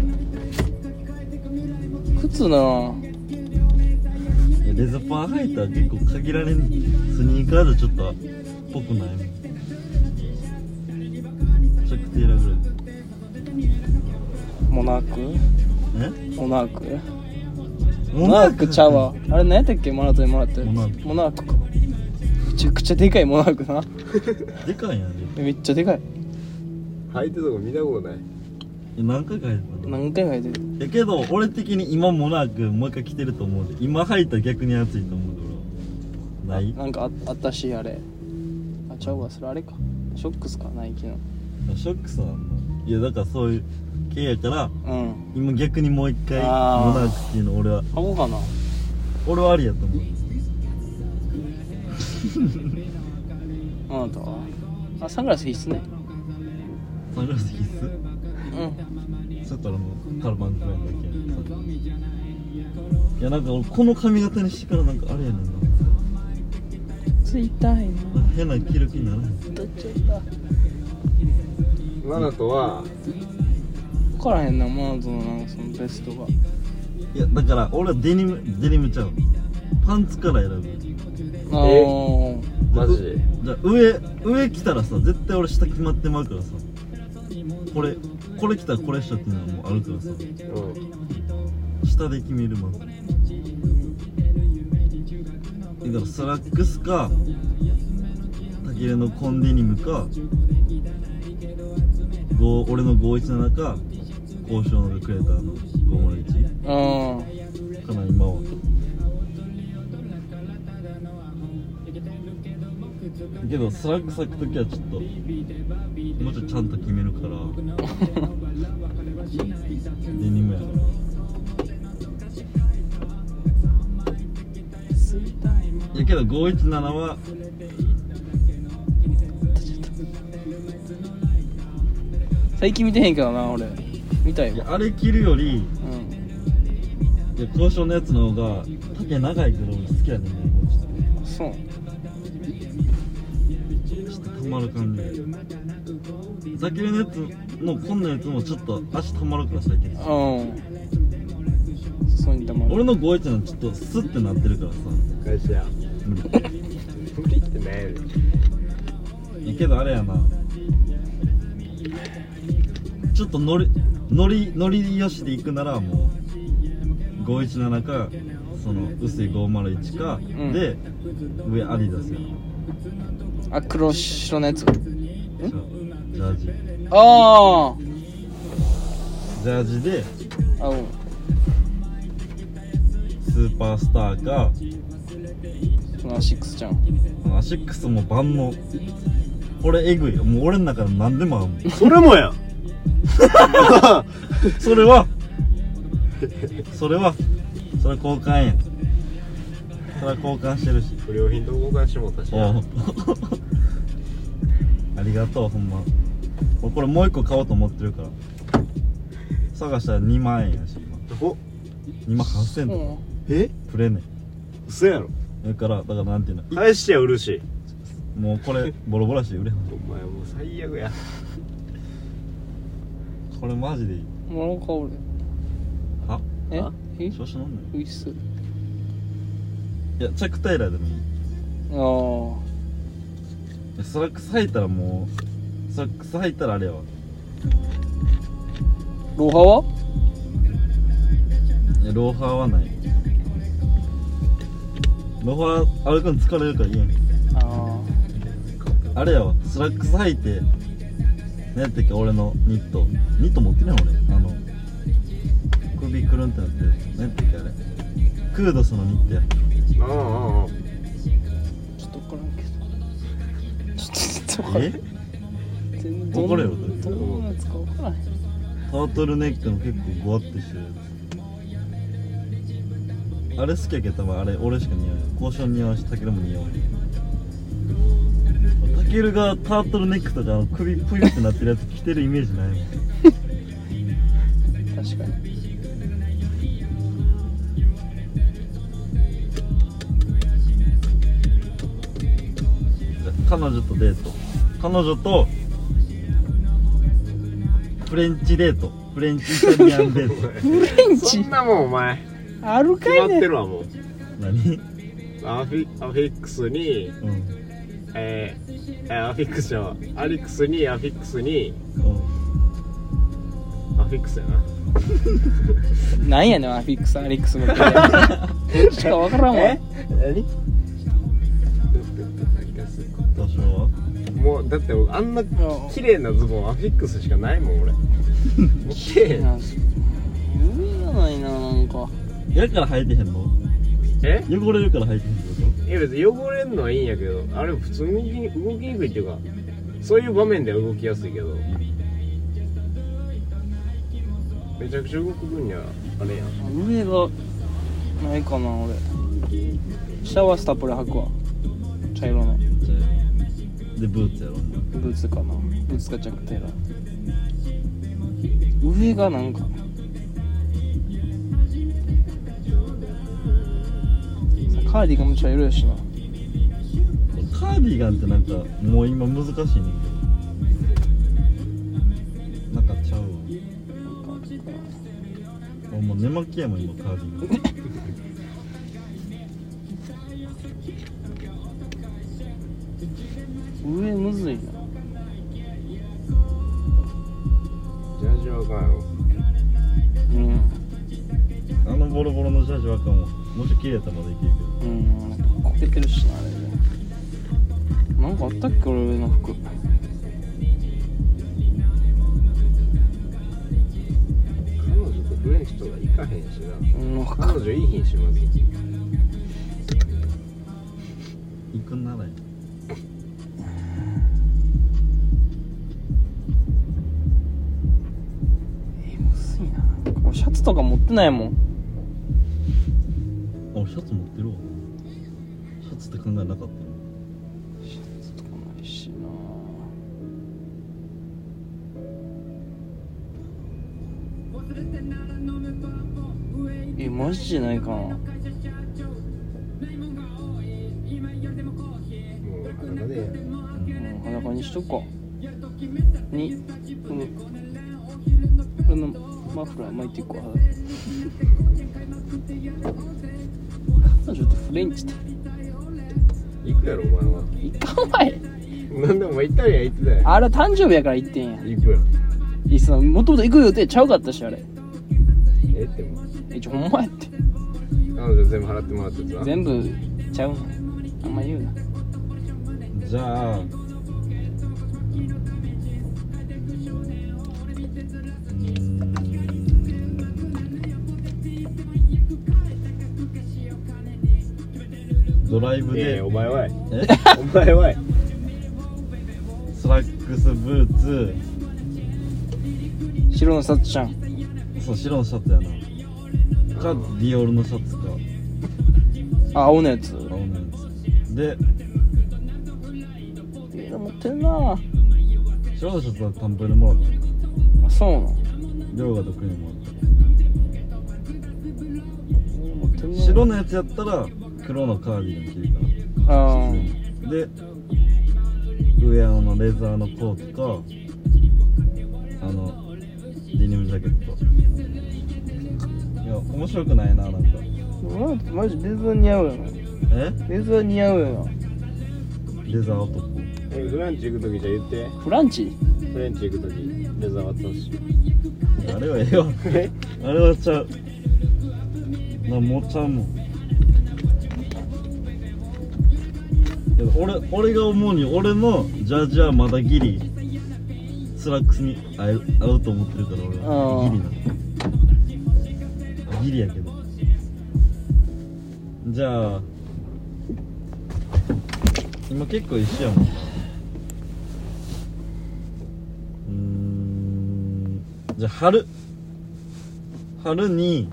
Speaker 3: 靴なぁ
Speaker 4: いやレザーパン履いたら結構限られんスニーカーじゃちょっとぽくないもんチャックテイラーぐ
Speaker 3: モナ
Speaker 4: ら
Speaker 3: ー
Speaker 4: いえ
Speaker 3: クモナークモナークちゃうわあれ何やったっけマラトンでもらったやつ
Speaker 4: モナーク
Speaker 3: モナークかめちゃくちゃでかいモナークな
Speaker 4: でかいやんね
Speaker 3: めっちゃでかい
Speaker 5: 履いてるとこ見たことない
Speaker 4: いや何回か履いてたの
Speaker 3: 何回履いてる
Speaker 4: やけど俺的に今もなくもう一回着てると思うで今履いたら逆に暑いと思うで俺はない
Speaker 3: なんかああったしあれあちゃうわそれあれかショックスかナイキの
Speaker 4: ショックさんのいやだからそういう系やから
Speaker 3: うん
Speaker 4: 今逆にもう一回モ
Speaker 3: あー
Speaker 4: ナークっていうの俺は
Speaker 3: あこうかな
Speaker 4: 俺はありやと思う
Speaker 3: あなたはあサングラス必須ね
Speaker 4: サングラス必須
Speaker 3: うん
Speaker 4: ちょっと俺もうカルバンくらいだけやサングラスいやなんか俺この髪型にしてからなんかあれやねんな
Speaker 3: ついたい
Speaker 4: な
Speaker 3: な
Speaker 4: んか変な記録にならへん
Speaker 3: どっちだ
Speaker 5: マナトは
Speaker 3: 分からへんなマナトのなんかそのベストが
Speaker 4: いやだから俺はデニムデニムちゃうパンツから選ぶ
Speaker 3: あー
Speaker 5: マジで
Speaker 4: じゃあ上上着たらさ絶対俺下決まってまうからさこれこれ着たらこれしたっていうのはもうあるからさ
Speaker 5: うん
Speaker 4: 下で決めるまずだからスラックスかタケルのコンデニムか5俺の517か交渉のクレーターの501
Speaker 3: あ
Speaker 4: かな今はけどスラック咲く時はちょっともうちょいちゃんと決めるからデニムやろいやけど517は
Speaker 3: 最近見てへんけどな俺見たい
Speaker 4: い
Speaker 3: わ
Speaker 4: やあれ着るより
Speaker 3: うん
Speaker 4: いや交渉のやつの方が丈長いけど俺好きやねんちょっ
Speaker 3: そう
Speaker 4: とちょっとたまる感じザキルのやつのこんなやつもちょっと足たまるから最近
Speaker 3: うんそうに黙る
Speaker 4: 俺の517ちょっとスッてなってるからさ
Speaker 5: 会社
Speaker 4: 無理
Speaker 5: 無理ってないやね
Speaker 4: いやけどあれやなちょっと乗り乗り乗りよしで行くならもう517かその薄い501か、
Speaker 3: ん
Speaker 4: で上アディダスや
Speaker 3: あ黒白のやつ
Speaker 4: なジャージ
Speaker 3: あ
Speaker 4: ジャージで
Speaker 3: ああうん
Speaker 4: スーパースターか
Speaker 3: そのアシックスちゃん
Speaker 4: アシックスも万能俺えぐいよもう俺の中で何でも合うもん
Speaker 5: それもやん
Speaker 4: それはそれはそれは交換やんそれは交換してるし
Speaker 5: 不良品と交換してもうたし
Speaker 4: おう ありがとうほんま俺これもう一個買おうと思ってるから探したら2万円やし今
Speaker 5: お
Speaker 4: 2万8000円とか
Speaker 5: え
Speaker 4: くれね
Speaker 5: 嘘やろ
Speaker 4: えだからだからなんていうの
Speaker 5: 返してや売るし
Speaker 4: もうこれボロボロやして売れへん
Speaker 5: お前もう最悪や
Speaker 4: これマジでいい
Speaker 3: うんもらおうか俺
Speaker 4: は
Speaker 3: え
Speaker 5: あ
Speaker 3: え
Speaker 4: 調子乗んなよ
Speaker 3: ウイス
Speaker 4: いやチャックタイラーでもいい
Speaker 3: ああ
Speaker 4: いやそれ草履いたらもうそれ草履いたらあれやわ
Speaker 3: ロハはい
Speaker 4: やローファーはないローファー歩くの疲れるからいいやん
Speaker 3: あ
Speaker 4: あれやわスラックス履いて何やったっけ俺のニットニット持ってない俺あの首くるんってなってるやつ何やったっけあれクードスのニットや
Speaker 5: ああああ
Speaker 3: あちょっと分からんけどちょっと分か
Speaker 4: え
Speaker 3: らん全然
Speaker 4: 怒れよ
Speaker 3: どんなやつか分からへん
Speaker 4: タートルネックの結構ゴワってしてるやつあれ好きやけど多分あれ俺しか似合わない交渉似合わんしタケルも似合わないタケルがタートルネックとかあの首ぷゆってなってるやつ着てるイメージないもん
Speaker 3: 確かに
Speaker 4: 彼女とデート彼女とフレンチデートフレンチイタリアンデート
Speaker 3: フレン
Speaker 5: そんなもんお前
Speaker 3: ある
Speaker 5: 決まってるわもう
Speaker 4: 何
Speaker 5: アフィアフィックスに
Speaker 4: うんうん
Speaker 5: えー、えーアフィックスじゃんアリックスにアフィックスにアフィックスやな
Speaker 3: なんやねんアフィックスアリックスもしか分からんわ
Speaker 5: 何
Speaker 4: 多少は
Speaker 5: もうだって俺あんな綺麗なズボンアフィックスしかないもん俺もう綺麗
Speaker 3: なんす無理がないななんか
Speaker 4: やから生えてへんの
Speaker 5: え
Speaker 4: 汚れるから生えてへんってこ
Speaker 5: いや別に汚れんのはいいんやけどあれ普通に動きにくいっていうかそういう場面では動きやすいけどめちゃくちゃ動く分にはあれやん
Speaker 3: 上がないかな俺シャワースタップル履くわ茶色の
Speaker 4: とじゃあでブーツやろお前
Speaker 3: ブーツかなブーツかジャックテーラー上がなんかさカーディガンも茶色やしな
Speaker 4: カーディガンってなんかもう今難しいねんけどなんかちゃうわ俺もう寝巻きやもん今カーディガン
Speaker 3: 上むずいな
Speaker 5: ジャージはあかんやろ
Speaker 3: うん
Speaker 4: あのボロボロのジャージわかんわもうちょい綺麗やったらまだいけるけど
Speaker 3: うんなんかこけてるしなあれでなんかあったっけ俺上の服
Speaker 5: 彼女とフレンチとか行かへんしな
Speaker 3: うん
Speaker 5: 彼女いい品します
Speaker 4: 行くならや
Speaker 3: えむずいな俺シャツとか持ってないもん
Speaker 4: あ、シャツ持ってるわ。シャツって考えなかったの。
Speaker 3: シャツとかないしなえマジでないかな
Speaker 5: もう裸で
Speaker 3: うん裸にしとこうにこのこのマフラー巻いていこう肌彼女とフレンチで
Speaker 5: 行くやろお前は
Speaker 3: 行かんわい
Speaker 5: 何でも行ったりは行ってたや
Speaker 3: あれ誕生日やから行ってんや
Speaker 5: ん行くやん
Speaker 3: いっそもともと行く予定ちゃうかったしあれ
Speaker 5: ええってもう
Speaker 3: えちょほんまやって
Speaker 5: 彼女全部払ってもらってた
Speaker 3: 全部ちゃうねんあんま言うな
Speaker 4: じゃあ。うーん。どドライブ
Speaker 5: え
Speaker 4: で
Speaker 5: えお前は
Speaker 4: え
Speaker 5: いお前はい
Speaker 4: スラックスブーツ
Speaker 3: 白のさっちゃん
Speaker 4: そう白のシャツやなかディオールのシャツか
Speaker 3: あ青のやつ
Speaker 4: 青のやつで
Speaker 3: いいの持ってんな
Speaker 4: 白のシャツは短パンでもらっ
Speaker 3: あそうなの
Speaker 4: た量が得意にもらっ
Speaker 3: 持ってん
Speaker 4: た
Speaker 3: な
Speaker 4: 白のやつやったら黒のカーディガン着るか
Speaker 3: あー
Speaker 4: らでウェアのレザーのコートかあのデニムジャケットいや面白くないななんか
Speaker 3: マジマジレザー似合うよな
Speaker 4: え
Speaker 3: レザー似合うよな
Speaker 4: レザー男
Speaker 5: えフランチ行く時じゃ言って
Speaker 3: フランチ
Speaker 5: フレンチ行く時レザー渡す
Speaker 4: い
Speaker 5: し
Speaker 4: やあれはええわ
Speaker 5: え
Speaker 4: あれはちゃうなもうちゃうもんけど俺俺が思うに俺のジャージはまだギリスラックスに合う合うと思ってるから俺は
Speaker 3: あ
Speaker 4: ギリなギリやけどじゃあ今結構一緒やもんうーんじゃあ春春に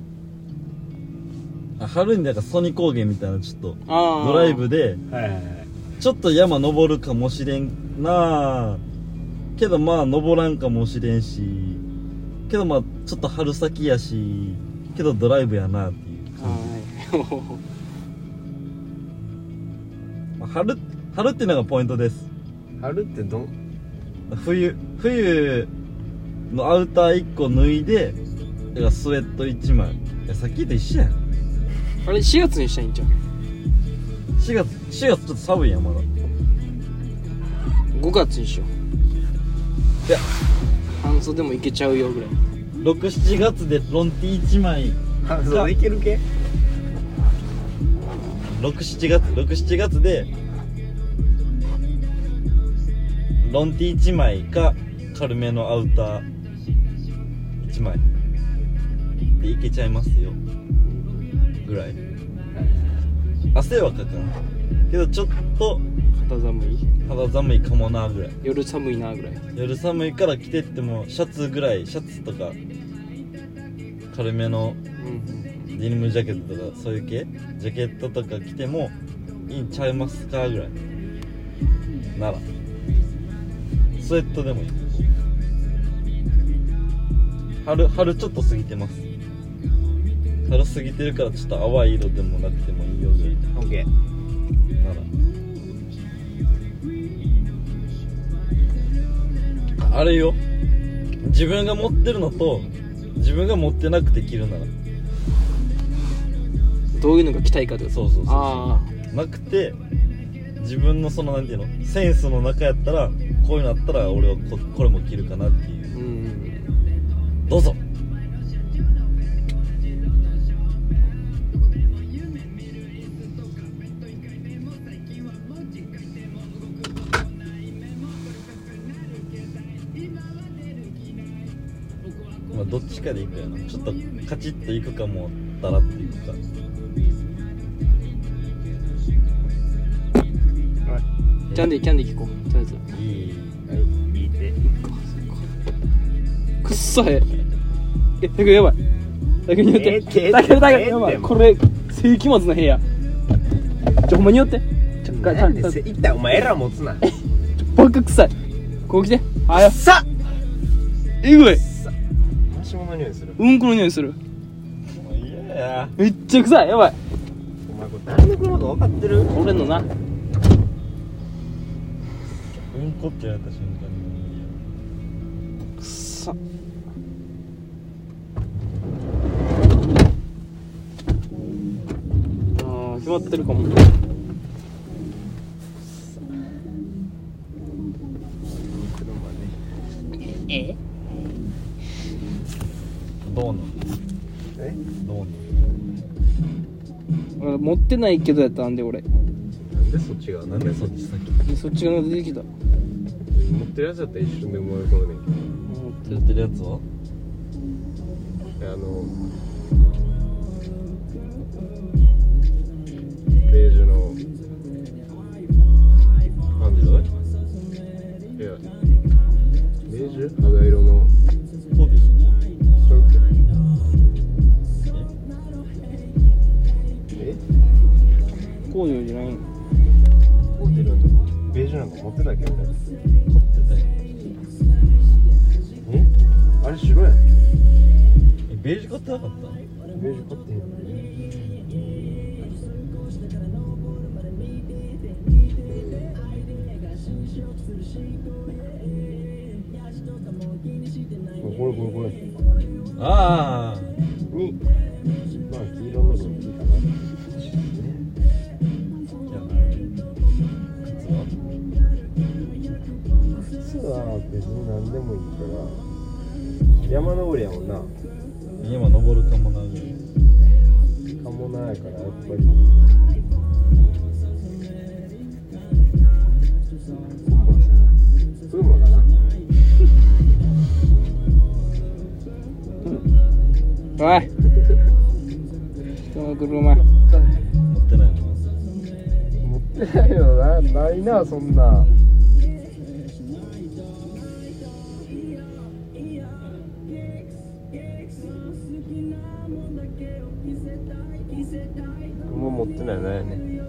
Speaker 4: あ春になんかソニ高原みたいなちょっと
Speaker 3: あー
Speaker 4: ドライブで
Speaker 5: はいはいはい
Speaker 4: ちょっと山登るかもしれんなあけどまあ登らんかもしれんしけどまあちょっと春先やしけどドライブやなっていう
Speaker 3: は
Speaker 4: まあ春春っていうのがポイントです
Speaker 5: 春ってどん
Speaker 4: 冬冬のアウター1個脱いでだからスウェット1枚いやさっきと一緒やん
Speaker 3: いあれ4月にしたいんちゃう
Speaker 4: 4月4月ちょっと寒いやんまだ
Speaker 3: 5月にしよう
Speaker 4: いや
Speaker 3: 半袖もいけちゃうよぐらい
Speaker 4: 67月でロンティ1枚
Speaker 5: 半袖いけるけ
Speaker 4: 67月67月でロンティ1枚か軽めのアウター1枚でいけちゃいますよぐらい汗はかかんけどちょっと
Speaker 3: 肌寒い
Speaker 4: 肌寒いかもなぐらい
Speaker 3: 夜寒いなぐらい
Speaker 4: 夜寒いから着てってもシャツぐらいシャツとか軽めの
Speaker 3: うん
Speaker 4: デニムジャケットとかそういう系ジャケットとか着てもいいんちゃいますかぐらいならスウェットでもいい春春ちょっと過ぎてます春過ぎてるからちょっと淡い色でもなくてもいいよぐらい
Speaker 5: オッケー
Speaker 4: ならあれよ自分が持ってるのと自分が持ってなくて着るなら
Speaker 3: どういうのが着たいかってこと
Speaker 4: そうそうそう
Speaker 3: あ
Speaker 4: なくて自分のそのなんていうのセンスの中やったらこういうのあったら俺はここれも着るかなってい
Speaker 3: あ
Speaker 4: う
Speaker 3: うん
Speaker 4: どうぞまあどっちかでいくやなちょっとカチッといくかもだらっといくか
Speaker 3: キャンディーキャンディー聞こうとりあえず
Speaker 4: いい
Speaker 5: はいいいって
Speaker 3: くっそええだけどやばいだけどによっ
Speaker 5: ええってええ
Speaker 3: て
Speaker 5: って
Speaker 3: だけどだけどやば
Speaker 5: ええ
Speaker 3: い
Speaker 5: って
Speaker 3: これ世紀末の部屋ちょほんまによってちょガチ
Speaker 5: なんで
Speaker 3: ャ
Speaker 5: せ
Speaker 3: ン
Speaker 5: 一旦お前エラー持つな
Speaker 3: バカ臭いこう来てあや
Speaker 5: さ
Speaker 3: えぐい
Speaker 5: マシモの匂いする
Speaker 3: うんこの匂いする
Speaker 4: もう嫌や
Speaker 3: めっちゃ臭いやばい
Speaker 5: お前これ誰の車か分かってる
Speaker 3: 俺のな
Speaker 4: うんこってやった瞬間にもう嫌
Speaker 3: くっそあー決まってるかも
Speaker 5: 車ね
Speaker 4: どうなん
Speaker 5: え
Speaker 4: どうなん
Speaker 3: 俺持ってないけどやったんで俺
Speaker 5: なんでそっちが
Speaker 4: なんでそっち先
Speaker 3: でそっち側が出てきた持
Speaker 5: 持ってるやつだったら一瞬で思い込むねんけど
Speaker 4: や
Speaker 3: ってる
Speaker 4: ってるやつは
Speaker 5: あのベージュのいやベージュ肌色の
Speaker 4: そうです
Speaker 5: ちゃうっけえ
Speaker 3: コーデじゃないの
Speaker 5: コーデなんだベージュなんか持ってたっけ俺
Speaker 4: 凝ってたよ
Speaker 5: えあれ白やん
Speaker 4: えベージュ買ってなかった
Speaker 5: ベージュ買ってへんのこれこれこれ
Speaker 4: ああ
Speaker 5: にまあ黄色の部分いいかな
Speaker 4: じゃあ靴は
Speaker 5: 靴は別に何でもいいから山登りやもんな
Speaker 4: 今登るかもなぐらい
Speaker 5: かもなやからやっぱりウーマかな
Speaker 3: おい人の車
Speaker 4: 持ってないの
Speaker 5: 持ってないよなないなそんなもう持ってないないね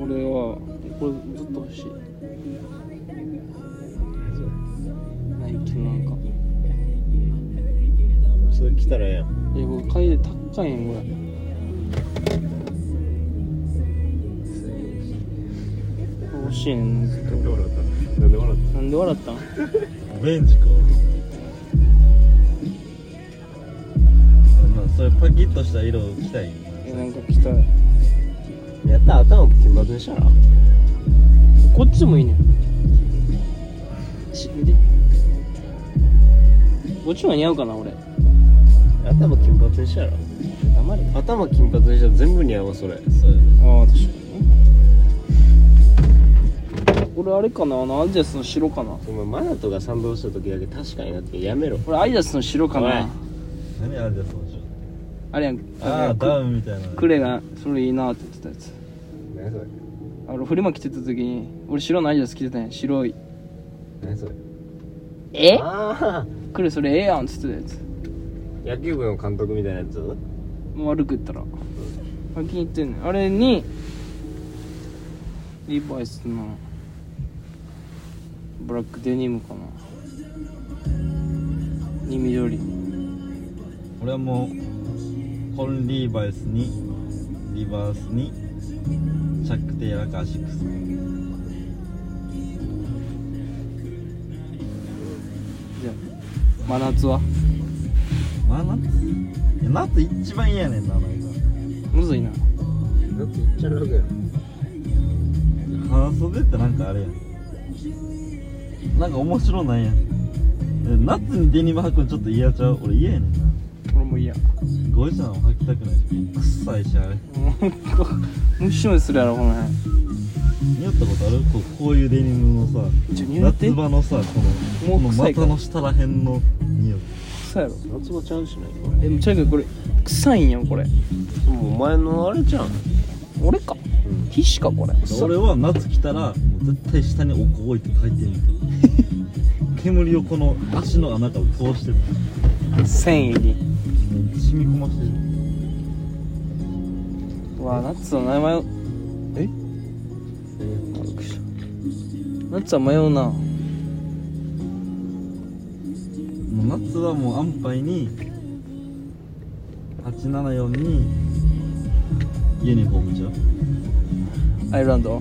Speaker 3: 俺はこれずっと欲しいナイキのなんか
Speaker 5: それ来たらええやん
Speaker 3: えこれ買いで高いねんこれ欲しいねんずっと
Speaker 5: なんで笑った
Speaker 3: な
Speaker 5: なんで笑っ
Speaker 3: んで笑ったん
Speaker 4: オレンジかまあそういうパキッとした色を着たいよ
Speaker 3: えなんか来た
Speaker 5: たやったら頭金髪にしたら
Speaker 3: こっちもいいねんし見てこっちも似合うかな俺
Speaker 5: 頭金髪にしたら
Speaker 3: 黙れ
Speaker 5: 頭金髪にしたら全部似合うわそ
Speaker 4: な
Speaker 5: れ
Speaker 4: そうやね
Speaker 3: ああ確かに俺あれかなあのアディダスの白かな
Speaker 5: お前マナトが賛同した時だけ確かになってやめろ
Speaker 3: 俺アディダスの白か
Speaker 5: おい
Speaker 3: な
Speaker 4: 何あれじゃそうしよ
Speaker 3: あれやん
Speaker 4: うああ
Speaker 3: の
Speaker 4: ダウンみたいな
Speaker 3: クレがそれいいなって言ってたやつ
Speaker 5: 何それ
Speaker 3: あのフリマ着てた時に俺白のアディダス着てたんや白い
Speaker 5: 何それ
Speaker 3: え
Speaker 5: ああ
Speaker 3: クレそれええやんって言ってたや
Speaker 5: 野球部の監督みたいなやつ
Speaker 3: つもう悪く言ったらあ気に入ってんねんあれにリバイスのブラックデニムかなに緑
Speaker 4: 俺はもうコンリーバイスにリバースにチャックテイラーかアシックス
Speaker 3: じゃあ真夏は
Speaker 4: まあ夏いや夏一番嫌やねんななんか
Speaker 3: むずいな
Speaker 5: だって言っちゃうわけや
Speaker 4: 半袖ってなんかあれやんなんか面白ないやんえ夏にデニム履くのちょっと嫌ちゃう俺嫌やねんな
Speaker 3: 俺も嫌
Speaker 4: ゴイちゃんも履きたくないし臭いしあれ
Speaker 3: も うむしむしするやろこの辺
Speaker 4: 匂ったことあるこうこういうデニムのさ
Speaker 3: ちょ匂って
Speaker 4: 夏場のさこの
Speaker 3: も
Speaker 4: も
Speaker 3: う
Speaker 4: う
Speaker 3: 臭いか
Speaker 4: 股
Speaker 3: ら
Speaker 4: の下らへんの匂い
Speaker 3: 臭いやろ
Speaker 5: 夏場ちゃうしない
Speaker 3: えむちゃくちゃこれ臭いんよこれ
Speaker 5: お前のあれじゃん
Speaker 3: 俺か皮脂かこれ
Speaker 4: 俺は夏来たらもう絶対下におこ置いて書い てる煙をこの足の穴から通してる
Speaker 3: 繊維に
Speaker 4: もう染み込ましてる
Speaker 3: うわナッツの名前をえあびっくりしたナッツは迷うな
Speaker 4: もう夏はもう安牌に874にユニフォームじゃん
Speaker 3: アイルランド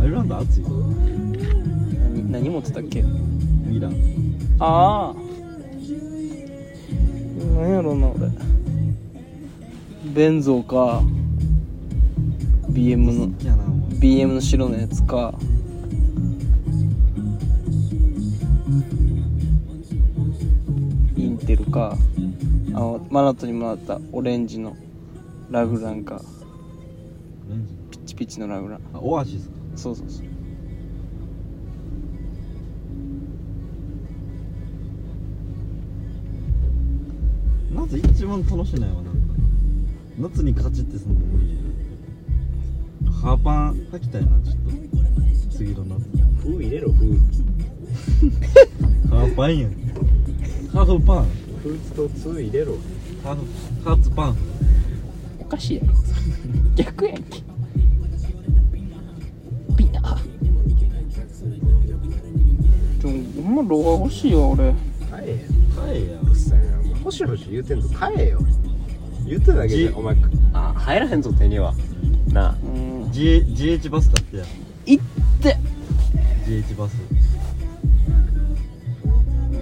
Speaker 4: アイルランド暑いよ
Speaker 3: 何何持ってたっけ
Speaker 4: ミラン
Speaker 3: ああ何やろうな俺ベンゾーか BM の
Speaker 4: 好きやなお前
Speaker 3: BM の白のやつかインテルかあのマナトにもらったオレンジのラグランか
Speaker 4: 何時
Speaker 3: ピッチピチのラグラン
Speaker 4: あオアシスか
Speaker 3: そうそうそう
Speaker 4: 夏一番楽しいないわなんか夏に勝ちってその無理ハーパン履きたいなちょっと次の夏
Speaker 5: 風入れろ風
Speaker 4: ハーフパンやんハーフパン
Speaker 5: 風と通入れろ
Speaker 4: ハーフハーツパン
Speaker 1: おかしいやろ逆やんけビター
Speaker 3: でもほんま動画欲しいわ俺
Speaker 5: 帰えよ
Speaker 4: はいや
Speaker 5: うっさいなお前ほしほし言うてんと帰えよ言うてるだけじゃん
Speaker 4: じ
Speaker 5: お前あ入らへんぞ手にはなあ
Speaker 3: うん
Speaker 4: G- GH バスだってや
Speaker 3: 行って
Speaker 4: GH バス
Speaker 3: うん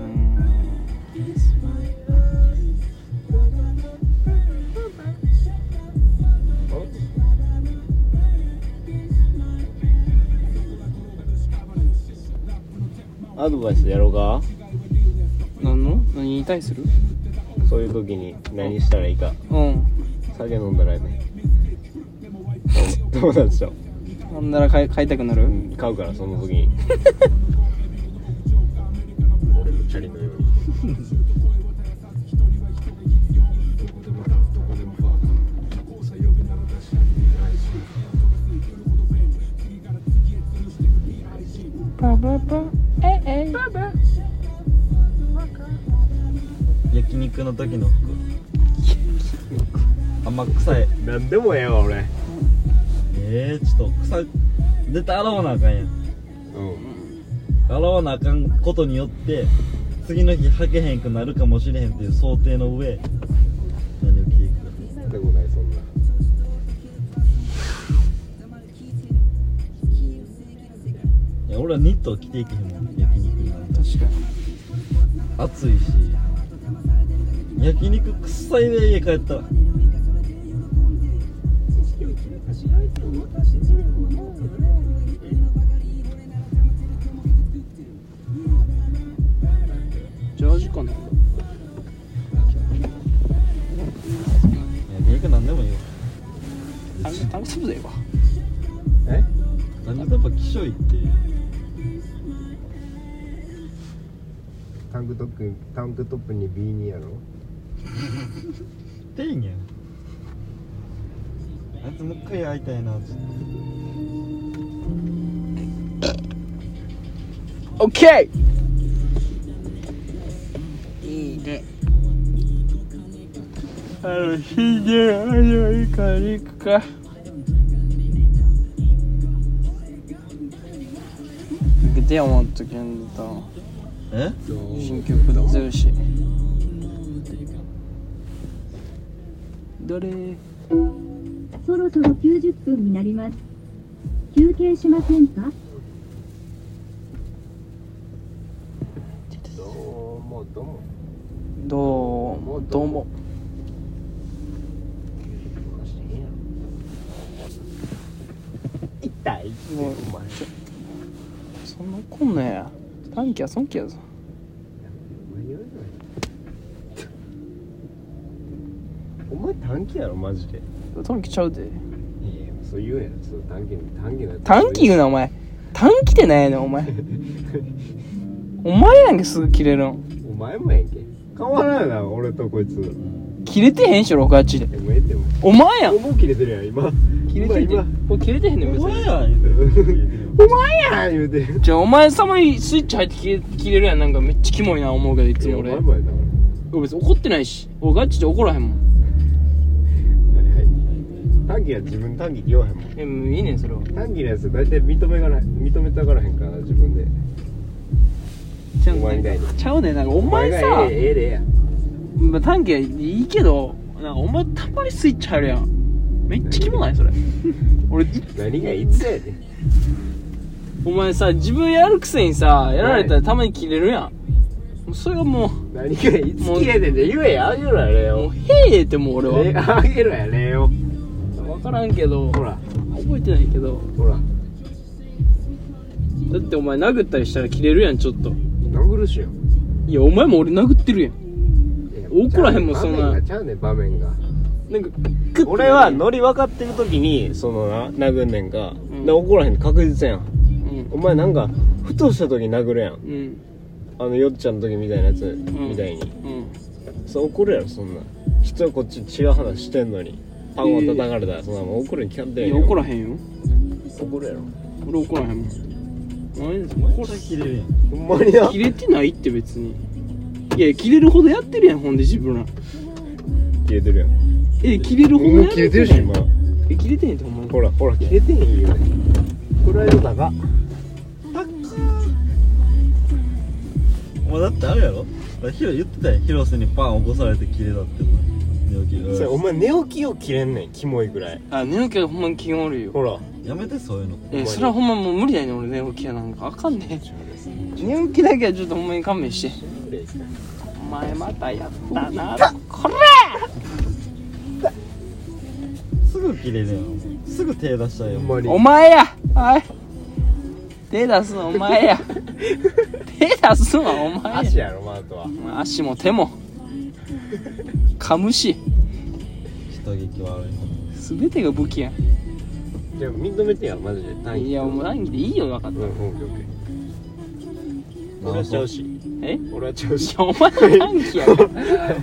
Speaker 5: アドバイスやろうか
Speaker 3: 何の何に対する
Speaker 5: そういう時に何したらいいか
Speaker 3: うん
Speaker 5: 酒飲んだらね友達と、
Speaker 3: ほんなら買い買いたくなる、
Speaker 5: うん、買うからその時に俺のチャリのように
Speaker 3: パパパええパパ
Speaker 4: 焼肉の時の服甘臭い
Speaker 5: 何でもええわ俺
Speaker 4: えー、ちょっと臭い絶対洗わなあかんやん
Speaker 5: うん
Speaker 4: 洗わなあかんことによって次の日履けへんくなるかもしれへんっていう想定の上何を着ていくか
Speaker 5: でもないそんな
Speaker 4: ないや俺はニットを着ていけへんもん焼肉になんか
Speaker 3: 確かに
Speaker 4: 暑いし焼肉臭いで家帰ったら
Speaker 3: ジャージかな
Speaker 4: 焼肉なんでもいいよ
Speaker 3: タンタンクトップでええわ
Speaker 5: え
Speaker 4: 何でもやっぱ気象いって
Speaker 5: タンクトップタンクトップにビーニーやろ
Speaker 4: てんやんあいつもう一回会いたいなちょっと
Speaker 3: オッケーいいねあのひであのいいかいいかで思っとけんと
Speaker 4: え
Speaker 3: 新曲だゼウシどれ
Speaker 6: そろそろ90分になります。休憩しませんか
Speaker 5: どうもどうも
Speaker 3: どうもどうも
Speaker 5: 痛い
Speaker 3: もう
Speaker 5: お前
Speaker 3: そんなこんなんや短期は損期やぞ
Speaker 5: お前短期やろマジで
Speaker 3: 短期ちゃうで
Speaker 5: いやいやそう言うやつ短期短期のやつ
Speaker 3: 短期言うなお前短期ってなんやねんお前お前やんけすぐ切れるん
Speaker 5: お前もやんけ変わらないな俺とこいつ
Speaker 3: 切れてへんしろ68で
Speaker 5: でもええっても
Speaker 3: お前やん
Speaker 5: うもう切れてるやん今
Speaker 3: 切れてて
Speaker 5: 今
Speaker 3: これ切れてへんねん別
Speaker 4: お前
Speaker 3: に
Speaker 4: や言うてる
Speaker 5: お前やん言うてる
Speaker 3: じゃあお前様にスイッチ入って切れ切れるやんなんかめっちゃキモいな思うけどいつ
Speaker 5: いや
Speaker 3: も
Speaker 5: お
Speaker 3: 俺
Speaker 5: 前もやなは
Speaker 3: 俺別に怒ってないし俺ガチで怒らへんもん
Speaker 5: いはい短期は自分短期言わへんもん
Speaker 3: えもういいねんそれは
Speaker 5: 短期のやつ大体認めがない認めたからへんからな自分で
Speaker 3: ちゃう
Speaker 5: お
Speaker 3: ね
Speaker 5: 前みたい
Speaker 3: ん
Speaker 5: に
Speaker 3: ちゃうねんなんかお前さ
Speaker 5: がええええでええやん
Speaker 3: まあ短期はいいけどなんかお前たまにスイッチ入るやんめっちゃキモないそれ俺い
Speaker 5: 何がいつやで
Speaker 3: お前さ自分やるくせにさやられたらたまに切れるやん、もうそれがも
Speaker 5: 何がいつ切れてんで言えやあげろやれ
Speaker 3: うも
Speaker 5: よ
Speaker 3: うへえってもう俺は
Speaker 5: えあげろやれよ
Speaker 3: 分からんけど
Speaker 5: ほら
Speaker 3: 覚えてないけど
Speaker 5: ほら
Speaker 3: だってお前殴ったりしたら切れるやんちょっと
Speaker 5: 殴るしよ
Speaker 3: いやお前も俺殴ってるやん怒らへんもんそんな
Speaker 5: 場面がちゃうねん場面が
Speaker 3: なんかクッて
Speaker 5: 俺はノリ分かってる時にそのな殴んねんか、
Speaker 3: ん
Speaker 5: で怒らへんの確実やん
Speaker 3: うん
Speaker 5: お前なんかふとした時殴るやん
Speaker 3: うん
Speaker 5: あのよっちゃんの時みたいなやつ、みたいに
Speaker 3: うん
Speaker 5: そう怒るやろそんな人はこっち違う話してんのにパンを叩かれたらそんなもん怒るに決まって
Speaker 3: い
Speaker 5: ん
Speaker 3: や
Speaker 5: やん
Speaker 3: 怒らへんよ
Speaker 5: 怒るやろ
Speaker 3: 俺怒らへんもんないです
Speaker 4: これ切れるやん
Speaker 5: ほんまにな
Speaker 3: 切れてないって別にいや切れるほどやってるやんほんで自分ら
Speaker 5: 切れてるやん
Speaker 3: え切れるほど
Speaker 5: も
Speaker 3: や
Speaker 5: う切れてるし今
Speaker 3: え切れてへんってほんまに
Speaker 5: ほらほら切れてへんよプライド高
Speaker 4: お前だってあるやろだからヒロ言ってたやん広瀬にパン起こされて切れたって寝起き
Speaker 5: それお
Speaker 4: が
Speaker 5: 前寝起きを切れんねんキモいぐらい
Speaker 3: あ寝起きはほんまに気が悪いよ
Speaker 5: ほら
Speaker 4: やめてそういうの
Speaker 3: えそれはほんまもう無理やねん俺寝起きやなんかあかんねん寝起きだけはちょっとほんまに勘弁してお前またやったなこれ
Speaker 4: すぐ切れるやんすぐ手出した
Speaker 5: ほ
Speaker 4: よ
Speaker 5: んまに
Speaker 3: お前やはい手出すのお前 や手出すのはお前や
Speaker 5: 足やろマートは
Speaker 3: 足も手も噛むし
Speaker 4: 人撃悪い
Speaker 3: 全てが武器や
Speaker 5: じゃあ認めてやマジで単位
Speaker 3: いやもう何でいいよ分かっ
Speaker 5: うんオッケーオッケー俺はちゃうし
Speaker 3: え
Speaker 5: 俺はちゃう
Speaker 3: い
Speaker 5: し
Speaker 3: やお前の短期やから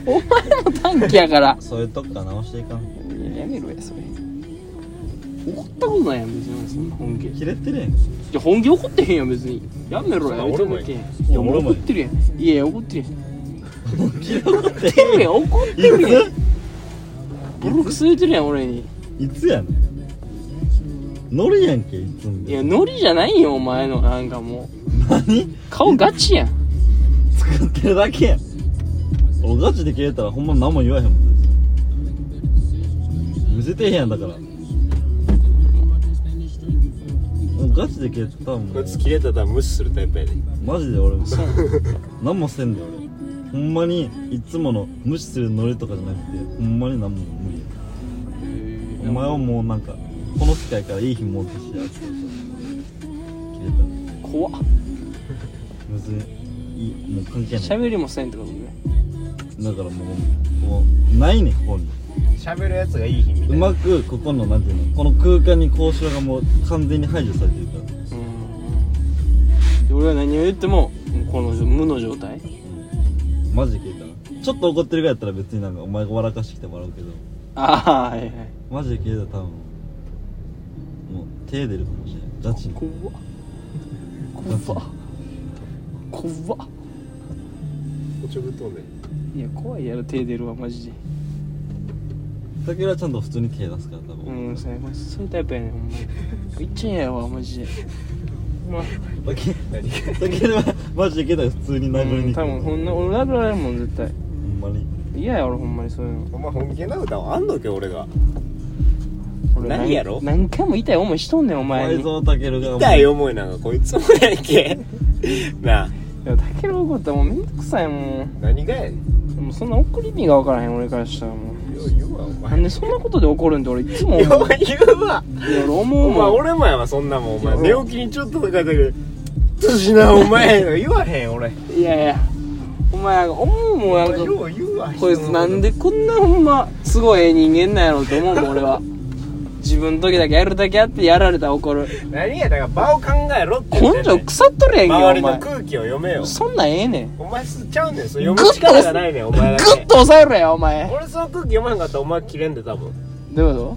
Speaker 3: お前の短期やから
Speaker 4: そういうとこから直していかん
Speaker 3: いややめろやそれ怒ったことないやん別にそんな本気い
Speaker 4: 切れてるやん
Speaker 3: や本気怒ってへんやん別にやめろや
Speaker 5: そんな
Speaker 3: めて
Speaker 5: 俺
Speaker 3: も
Speaker 5: も
Speaker 3: い
Speaker 5: や
Speaker 3: けんいや俺
Speaker 4: 俺もや
Speaker 3: 怒ってるやんいやいや怒ってるやん
Speaker 4: 怒って
Speaker 3: てるやん怒ってるやん
Speaker 4: い
Speaker 3: ブロック据えてるやん俺に
Speaker 4: ついつやねん乗るやんけいつも
Speaker 3: いやノリじゃないよお前のなんかもう
Speaker 4: 何
Speaker 3: 顔ガチやん
Speaker 4: 作ってるだけやん俺ガチで切れたらほんま何も言わへんもん別に見せてへんやんだからもうガチで切れたらも
Speaker 5: こいうつ切れたら無視するタイプやで
Speaker 4: マジで俺も何もせんで俺ほんまにいつもの無視するノリとかじゃなくてほんまに何も無理やお前はもうなんかこの機会からいい日持ってきてやるって切れた
Speaker 3: 怖っ
Speaker 4: 別にいいもう関係ない
Speaker 3: 喋りもせんってことね
Speaker 4: だからもうもうないねんここに
Speaker 5: 喋るやつがいい日み
Speaker 4: うまくここのなんていうのこの空間に交渉がもう完全に排除されてるから
Speaker 3: うんで俺は何を言ってももうこの無の状態
Speaker 4: マジで消えたなちょっと怒ってるぐらいやったら別になんかお前が笑かしてきてもらうけど
Speaker 3: ああはいはい
Speaker 4: マジで消えたら多分もう手出るかもしれないガチに
Speaker 3: 怖っ怖っ怖っ
Speaker 5: おちょぶっとんで
Speaker 3: いや怖いやろ手出るわマジで
Speaker 4: 武田はちゃんと普通に手出すから多
Speaker 3: う
Speaker 4: 分
Speaker 3: んそうやマジそういうタイプやねんほんまにいっちゃえやわマジでまあ
Speaker 4: 武武田はマジで消えたら普通に
Speaker 3: 多
Speaker 4: 殴りに来る
Speaker 3: 分ほんな俺殴られるもん絶対
Speaker 4: ほんまに
Speaker 3: 嫌や俺ほんまにそういうの
Speaker 5: お前本気な歌はあんのけ俺が
Speaker 3: 俺
Speaker 5: 何やろ
Speaker 3: 何回も痛い思いしとんねんお前
Speaker 4: 前
Speaker 3: にい
Speaker 4: 蔵武が
Speaker 5: 痛い思いなんかこいつもやん けなあ
Speaker 3: やタケル怒ったらもうめんどくさいも
Speaker 5: 何がやねん
Speaker 3: うもうそんな怒る意味が分からへん俺からしたらもう
Speaker 5: よう言うわお
Speaker 3: な
Speaker 5: 前
Speaker 3: んでそんなことで怒るんって俺いつも思う
Speaker 5: よう言うわ
Speaker 3: いや俺思
Speaker 5: お
Speaker 3: う
Speaker 5: 前
Speaker 3: もん
Speaker 5: 俺もやわそんなもんお前寝起きにちょっととかだけど「どうしなお前」言わへん俺
Speaker 3: いやいやお前思うもんや
Speaker 5: お前
Speaker 3: ろ
Speaker 5: よう言うわ
Speaker 3: こいつなん
Speaker 5: で
Speaker 3: でこんなほんますごいええ人間なんやろって思うもん 俺は自分の時だけやるだけやってやられたら怒る
Speaker 5: 何やだから場を考えろって言って
Speaker 3: 根
Speaker 5: んねん
Speaker 3: 性腐っとるやんけ
Speaker 5: 周り
Speaker 3: お
Speaker 5: の
Speaker 3: 前
Speaker 5: 空気を読めよ
Speaker 3: そんなんええねん
Speaker 5: お前すちゃうねんそれ
Speaker 3: グッと
Speaker 5: 読む力がないねんお前だ
Speaker 3: グッ
Speaker 5: け
Speaker 3: と抑えろやお前
Speaker 5: 俺その空気読まへんかったらお前切れんで多分
Speaker 3: どういうこ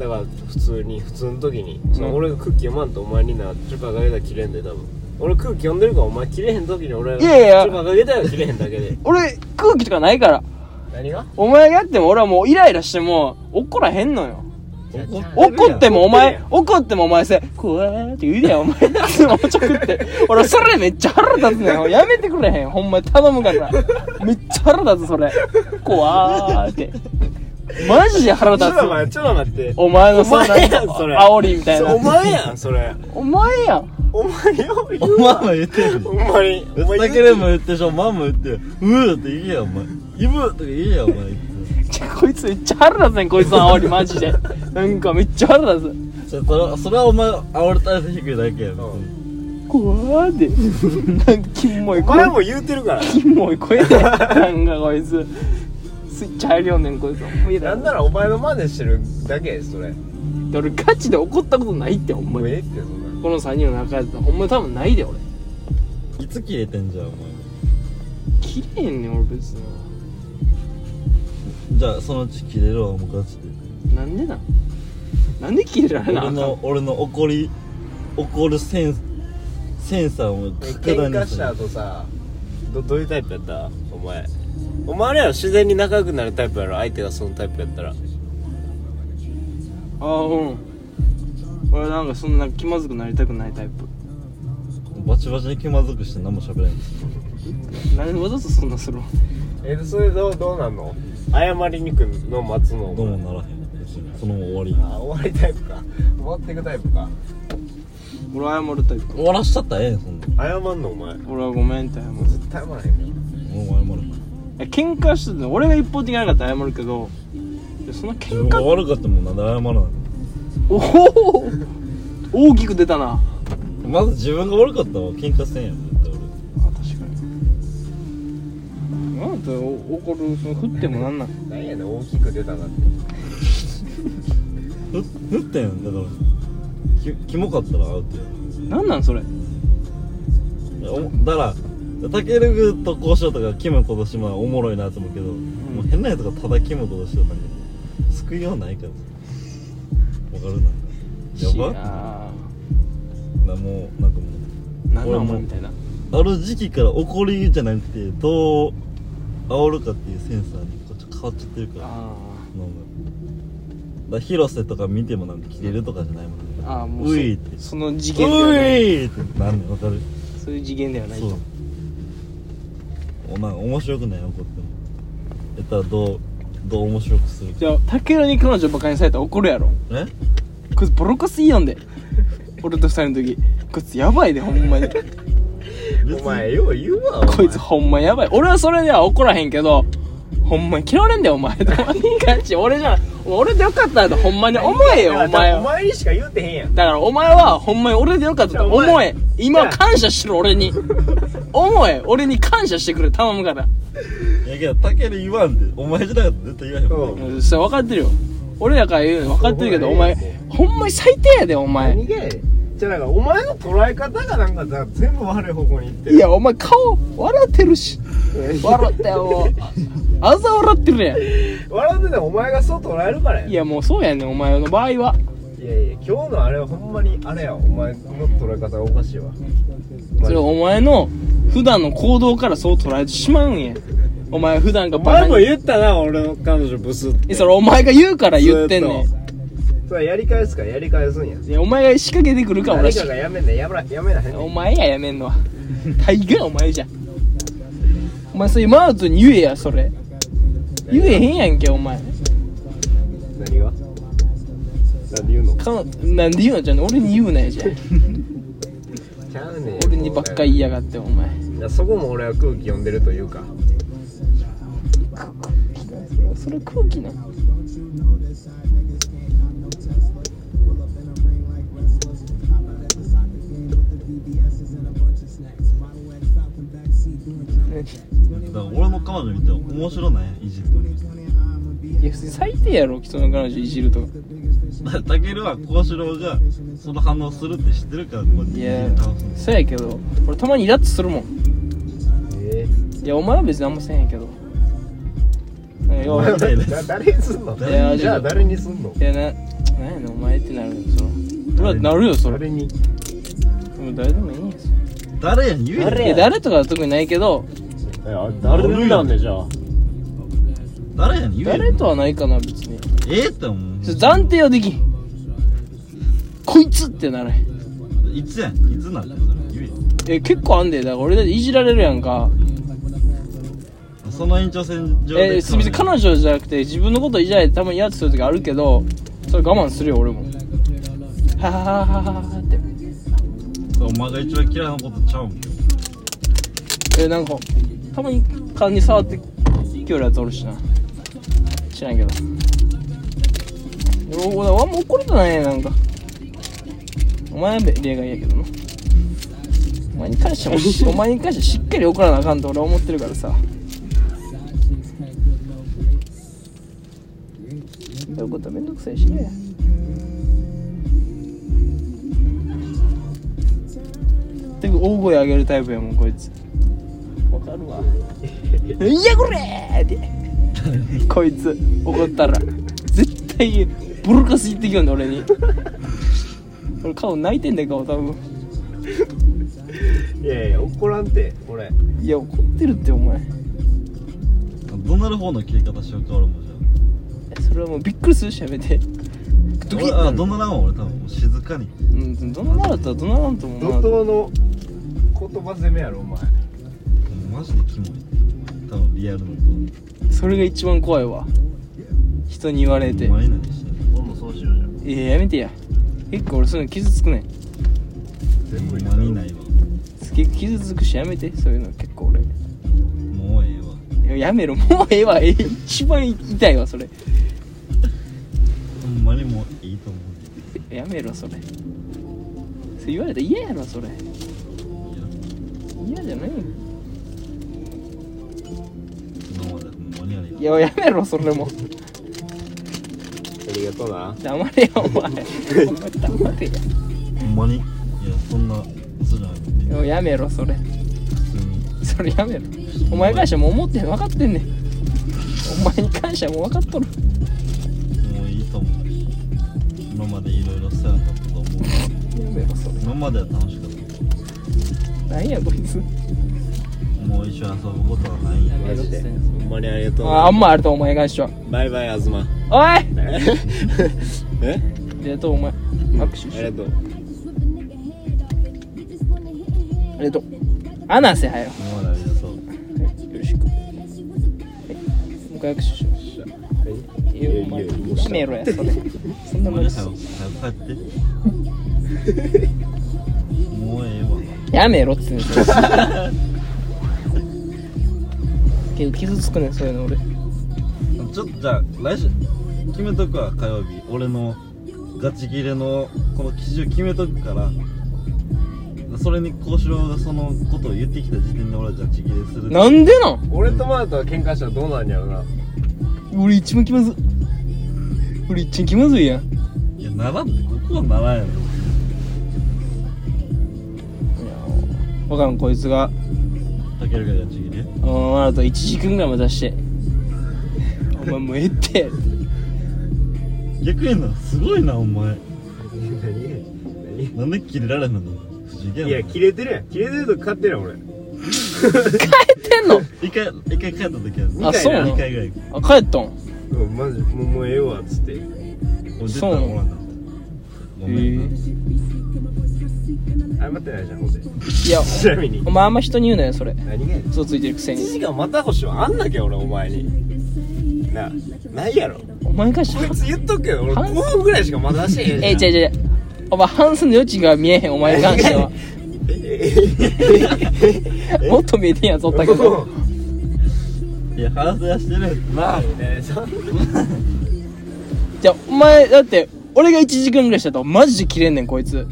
Speaker 5: だから普通に普通の時に、そ
Speaker 3: うん
Speaker 5: の俺が空気読まんとお前になチュパかけたら切れんで多分俺空気読んでるからお前切れへん時に俺が
Speaker 3: いやいや
Speaker 5: チュパかけたら切れへんだけで
Speaker 3: と俺空気とかないから
Speaker 5: 何が
Speaker 3: お前がやっても俺はもうイライラしても怒らへんのよ怒
Speaker 4: 怒
Speaker 3: ってもお
Speaker 5: 怒って
Speaker 3: 前
Speaker 5: るや、
Speaker 3: 怒ってもお前せ、怖ーって言うでよ、お前。おちょくって。俺、それめっちゃ腹立つねん。やめてくれへん。ほんまに頼むから。めっちゃ腹立つ、それ。怖ーって。マジで腹立
Speaker 5: ちょっ
Speaker 3: つ
Speaker 5: と。待ってちょっと待って
Speaker 3: お前の
Speaker 5: お
Speaker 3: その
Speaker 5: 前やんそれ
Speaker 3: 煽りみたいな
Speaker 5: そうお。前やんそれ
Speaker 3: お前やん。
Speaker 5: お前よ
Speaker 4: お
Speaker 5: 言う
Speaker 4: 前
Speaker 5: わ
Speaker 4: も言ってる
Speaker 5: ほんまにお前
Speaker 4: だけでも言ってしょ、お前も言って、うーって言えや、お前。イブーとか言えや、お前。
Speaker 3: ちょこいつめっちゃ腹立つねん、こいつの煽り、マジで。なんかめっちゃ腹立
Speaker 4: それそれは、それはお前、煽る体勢低いだけや。別に
Speaker 3: つ。怖ーって。なんか、キモい
Speaker 5: お
Speaker 3: 声。
Speaker 5: 前も言うてるから
Speaker 3: キモい声で。なんかこいつ。スイッチ入りよんねん、こいつ。もうイライラ
Speaker 5: なんならお前の真似してるだけやそれ
Speaker 3: で俺ガチで怒ったことないってほん
Speaker 5: も
Speaker 3: ま
Speaker 5: う
Speaker 3: に
Speaker 5: ええってそんな
Speaker 3: この3人の中やったらほんま多分ないで俺
Speaker 4: いつ切れてんじゃん、お前。
Speaker 3: 綺麗ねん俺別に
Speaker 4: じゃあ、そのうち切れるわ、もうガチで。
Speaker 3: なんでなんなんで切れられなあ
Speaker 4: 俺
Speaker 3: かん
Speaker 4: の、俺の怒り、怒るセンス、センサーを格段
Speaker 5: 喧嘩
Speaker 4: に
Speaker 5: し
Speaker 4: す
Speaker 5: た
Speaker 4: る
Speaker 5: 後さどどういうタイプやったお前お前あれやろ自然に仲良くなるタイプやろ相手がそのタイプやったら
Speaker 3: ああうん俺なんかそんな気まずくなりたくないタイプ
Speaker 4: バチバチに気まずくして何も喋れないんですよ
Speaker 3: 何わざとそんなするの
Speaker 5: えそれどうどうなんの謝りにくの待つの
Speaker 4: どうもならへん別にそのまま終わ
Speaker 5: あ終わりタイプか終わっていくタイプか
Speaker 3: 俺謝るタイプ
Speaker 4: り終わらしちゃったらええねんそんな
Speaker 5: 謝んのお前
Speaker 3: 俺はごめんって謝る
Speaker 5: 絶対謝らへんよ
Speaker 4: もう謝る
Speaker 3: いや喧嘩してて俺が一方的じゃなかったら謝るけどいやその
Speaker 4: 自
Speaker 3: 喧
Speaker 4: 分が
Speaker 3: 嘩
Speaker 4: 悪かったもんなんで謝らない
Speaker 3: おお大きく出たなあ
Speaker 4: まず自分が悪かったら喧嘩せんやろ絶対
Speaker 3: 確かになんでお怒るその振ってもなんなん
Speaker 5: 何やねん大きく出たなって
Speaker 4: 俺ふふってんだからきキモかったらアウトや
Speaker 3: なんなんそれ
Speaker 4: いやおもだからタケルグと交渉とかキムとし島はおもろいなと思うけど、もう変なやつがただキムとし島なんで救いようないからわかるなやば
Speaker 3: ば
Speaker 4: なもうなんかも
Speaker 3: なんなんお
Speaker 4: 俺も
Speaker 3: 前みたいな
Speaker 4: うある時期から怒りじゃなくてどう煽るかっていうセンサーにこっち変わっちゃってるから
Speaker 3: あ
Speaker 4: なんかだから広瀬とか見てもなんか着れるとかじゃないもんね
Speaker 3: ーあーもう
Speaker 4: う
Speaker 3: そ
Speaker 4: いって
Speaker 3: その次
Speaker 4: う
Speaker 3: 元ではない
Speaker 4: いってなんねんわかる
Speaker 3: そういう次元ではない
Speaker 4: そう
Speaker 3: と
Speaker 4: おなんか面白くない怒ってもやったらどうどう面白くするか
Speaker 3: じゃあ竹野に彼女バカにされたら怒るやろ
Speaker 4: え
Speaker 3: こいつボロカスいいやんで 俺と二人の時こいつやばいでほん まに
Speaker 5: お前よう言うわお前
Speaker 3: こいつほんまやばい俺はそれでは怒らへんけどほんまに嫌われんだよお前 とかに関して俺じゃ俺でよかったとほんまに思えよお
Speaker 5: だか
Speaker 3: 前
Speaker 5: らお
Speaker 3: は
Speaker 5: 前にしか言うてへんやん
Speaker 3: だからお前はほんまに俺でよかったと思
Speaker 5: じゃあお
Speaker 3: え
Speaker 5: 前
Speaker 3: 今
Speaker 5: じゃあ
Speaker 3: 感謝しろ俺に思え俺に感謝してくれ頼むから
Speaker 4: いやけどタケル言わんでお前じゃなかったら絶対言わへんもん
Speaker 5: うん
Speaker 3: それ分かってるよ俺らから言うの分かってるけどお前ほんまに最低やでお前
Speaker 5: 何がやねんじゃあなんかお前の捉え方がなんかさ全部悪い方向にいってる
Speaker 3: いやお前顔笑ってるし笑ってよあざ笑ってるやん
Speaker 5: 笑っててもお前がそう捉えるからや
Speaker 3: いやもうそうやねんお前の場合はい
Speaker 5: やいや今日のあれはほんまにあれやお前の捉え方がおかしいわマ
Speaker 3: それ
Speaker 5: ジで
Speaker 3: お前の普段の行動からそう捉えてしまうんやお前普段が
Speaker 5: お
Speaker 3: バカ
Speaker 5: 前
Speaker 3: に
Speaker 5: も言ったな俺の彼女ブスって
Speaker 3: えそれお前が言うから言ってんね
Speaker 5: ずーそれやり返すからやり返すんや
Speaker 3: んいやお前が仕掛けてくるから俺
Speaker 5: 誰
Speaker 3: は
Speaker 5: かがやめんねんやめらやめらへんね
Speaker 3: お
Speaker 5: ん
Speaker 3: 前ややめんのは大概お前じゃんお前そういうマウトに言えやそれ言えへんやんけお前
Speaker 5: 何が何で言うの
Speaker 3: かなんで言うのじゃん俺に言うなよじゃん
Speaker 5: ちゃうねん
Speaker 3: 俺にばっか言いやがってお前
Speaker 5: いやそこも俺は空気読んでるというか
Speaker 3: それ空気なの
Speaker 4: だから俺も彼女見て面白ないいじっても
Speaker 3: いや普通最低やろ人の彼女いじるとか
Speaker 4: だからタケルは幸四郎がその反応するって知ってるからこうやって
Speaker 3: い
Speaker 4: い
Speaker 3: や
Speaker 4: じり倒す
Speaker 3: そうやけど俺たまにイラッとするもん
Speaker 5: え
Speaker 3: いやお前は別にあんませんやけどなんかよう
Speaker 4: お前
Speaker 5: え誰にすんの
Speaker 3: いや
Speaker 5: じゃあ誰にすんの
Speaker 3: いやな何やねんお前ってなるよそれ俺はなるよそれ
Speaker 5: 誰に
Speaker 3: もう誰でもいいんやそれ
Speaker 4: 誰やに言え
Speaker 3: いや誰とかは特にないけど
Speaker 5: 誰になんでじゃあ
Speaker 4: 誰やに言え
Speaker 3: 誰とはないかな別に
Speaker 4: ええって思う
Speaker 3: ちょ暫定はできんこいつってなる
Speaker 4: いつやんいつなんだよそれ言えよ
Speaker 3: え結構あんでだから俺だっていじられるやんか
Speaker 4: その延長線上で
Speaker 3: えすみません彼女じゃなくて自分のこといじられてたまにイラッとする時あるけどそれ我慢するよ俺もははははははって
Speaker 4: お前が一番嫌いなことちゃうんよ
Speaker 3: えなんかたまに勘に触ってきよるやつおるしな知らんけど俺俺あんま怒るとないねなんかお前は例外やけどなお前に関してもしお前に関してしっかり怒らなあかんと俺は思ってるからさそういうことめんどくさいしねてか大声上げるタイプやもんこいつわかるわいやこれーってこいつ怒ったら絶対ボロカス言ってきよんね俺に俺顔泣いてんだよ顔多分
Speaker 5: いやいや怒らんて俺
Speaker 3: いや怒ってるってお前
Speaker 4: 怒鳴る方の切り方しようか俺もじゃ
Speaker 3: それはもうびっくりするしやめてドキッ
Speaker 4: あ俺あ怒鳴らんわ俺多分もう静かに
Speaker 3: うんどんなるとはどんならんと思
Speaker 5: 怒
Speaker 3: うな
Speaker 5: 涛の言葉攻めやろお前
Speaker 4: マジでキモい多分リアルのと
Speaker 3: それが一番怖いわ人に言われて
Speaker 4: お前何してんの
Speaker 5: 今度そうしようじゃん
Speaker 3: いややめてや結構俺そういうの傷つくねん
Speaker 5: 全部
Speaker 4: 間にないわ
Speaker 3: 結構傷つくしやめてそういうの結構俺
Speaker 4: もうええわ
Speaker 3: いややめろもうええわええ一番痛いわそれ
Speaker 4: ほんまにもういいと思
Speaker 3: やめろそれそれ言われたら嫌やろそ
Speaker 4: う
Speaker 3: れ
Speaker 4: いや
Speaker 3: 嫌じゃないよ
Speaker 4: 今までほんまにありが
Speaker 3: いややめろそれも
Speaker 5: ありがとうな
Speaker 3: 黙れよお前お前黙れ
Speaker 4: とうほんまにいやそんな嘘じゃなくて
Speaker 3: やいややめろそれ
Speaker 4: 普通に
Speaker 3: それやめろお前に関してはもう思ってへん分かってんねんお前に関してはもう分かっとる
Speaker 4: もういいと思う今までいろいろ世話になったと思う
Speaker 3: やめろそれ
Speaker 4: 今までは楽しかった
Speaker 3: 何やこいつ
Speaker 4: もう一緒に遊ぶことはないんや
Speaker 5: マジでほんまにありがとう
Speaker 3: ああ
Speaker 5: なん
Speaker 3: まあるとお前に関しては
Speaker 5: バイバイあずま
Speaker 3: おい
Speaker 5: え
Speaker 3: でとうお前握手し
Speaker 5: あ
Speaker 3: よ
Speaker 5: り
Speaker 3: う
Speaker 5: がとう
Speaker 3: ありがとう話せはよ
Speaker 4: 今までありがとう
Speaker 3: よろしくはいもう一回握手しよういやお前
Speaker 5: いやいやもうした
Speaker 3: やめろやそれそんな
Speaker 4: ほんま
Speaker 3: 無
Speaker 4: に
Speaker 3: 理
Speaker 4: 早く早く帰って もうええわ
Speaker 3: やめろって言うんですよ結構傷つくねんそういうの俺
Speaker 4: ちょっとじゃあ来週決めとくわ火曜日俺のガチ切れのこの基準決めとくからそれに幸四郎がそのことを言ってきた時点で俺はガチ切れする
Speaker 3: なんでなん
Speaker 5: 俺とマートは喧嘩したらどうなんやろな
Speaker 3: 俺一番気まずい俺一番気まずいやんい
Speaker 4: いやならんってここはならんやろ
Speaker 3: や分からんこいつが
Speaker 4: たけるがガチ切れ
Speaker 3: うんあなた1時間ぐらい待たしてお前もうええって
Speaker 4: 逆になすごいなお前
Speaker 5: 何
Speaker 4: なんで切れられへんの不思議やない
Speaker 5: や切れてるやん切れてると勝手やん俺
Speaker 3: 帰ってんの
Speaker 4: 一回一回帰った時は
Speaker 3: あそうな
Speaker 4: 二
Speaker 3: の
Speaker 4: 回ぐらい
Speaker 3: あ帰ったん
Speaker 5: うんマジもうもうええわっつって
Speaker 4: 俺出たらおらんかったごめんな
Speaker 5: 謝ってないじゃんほんで
Speaker 3: いや
Speaker 5: ちなみに
Speaker 3: お前あんま人に言うなよそれ
Speaker 5: 何がや
Speaker 3: 嘘ついてるくせ
Speaker 5: 1時
Speaker 3: に
Speaker 5: 間待たほしはあんなきゃ俺お前になあないやろ
Speaker 3: お前に関し
Speaker 5: こい
Speaker 3: て
Speaker 5: つ言っとくけど俺
Speaker 3: 半
Speaker 5: 5分ぐらいしか待たしてへんじゃん
Speaker 3: えじゃじゃじゃお前半数の余地が見えへんお前に関してはもっと見えてんやんそったけど
Speaker 4: いや話はしてる
Speaker 5: まあねそんな
Speaker 3: じゃあお前だって俺が1時間ぐらいしたとマジで切れんねんこいつ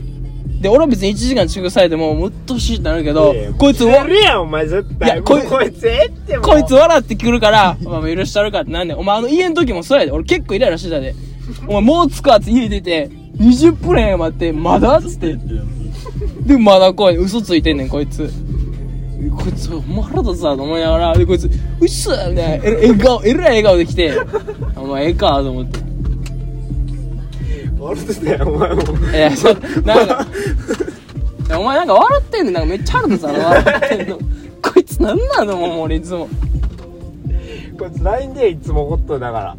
Speaker 3: で俺は別に1時間遅刻されてももううっとうしいってなるけどこいつ
Speaker 5: や
Speaker 3: わ
Speaker 5: るやんお前絶対
Speaker 3: いやこい
Speaker 5: もうこいつええってもう
Speaker 3: こいつ笑ってくるからお前も許したるかってなんねんお前あの家の時もそうやで俺結構イライラしてたでお前もう着くわって家出て20分や待ってまだっつってでまだこうやって嘘ついてんねんこいつこいつお前腹立つなと思いながらでこいつ「うっす」みたいなええ顔えらい笑顔できて「お前ええか」と思って
Speaker 5: 笑ってたよお前も
Speaker 3: いやそうなんかいやお前なんか笑ってんねんなんかめっちゃあるのさ笑ってんのこいつなんなのもう俺いつも
Speaker 5: こいつ LINE でいつも怒っとるだから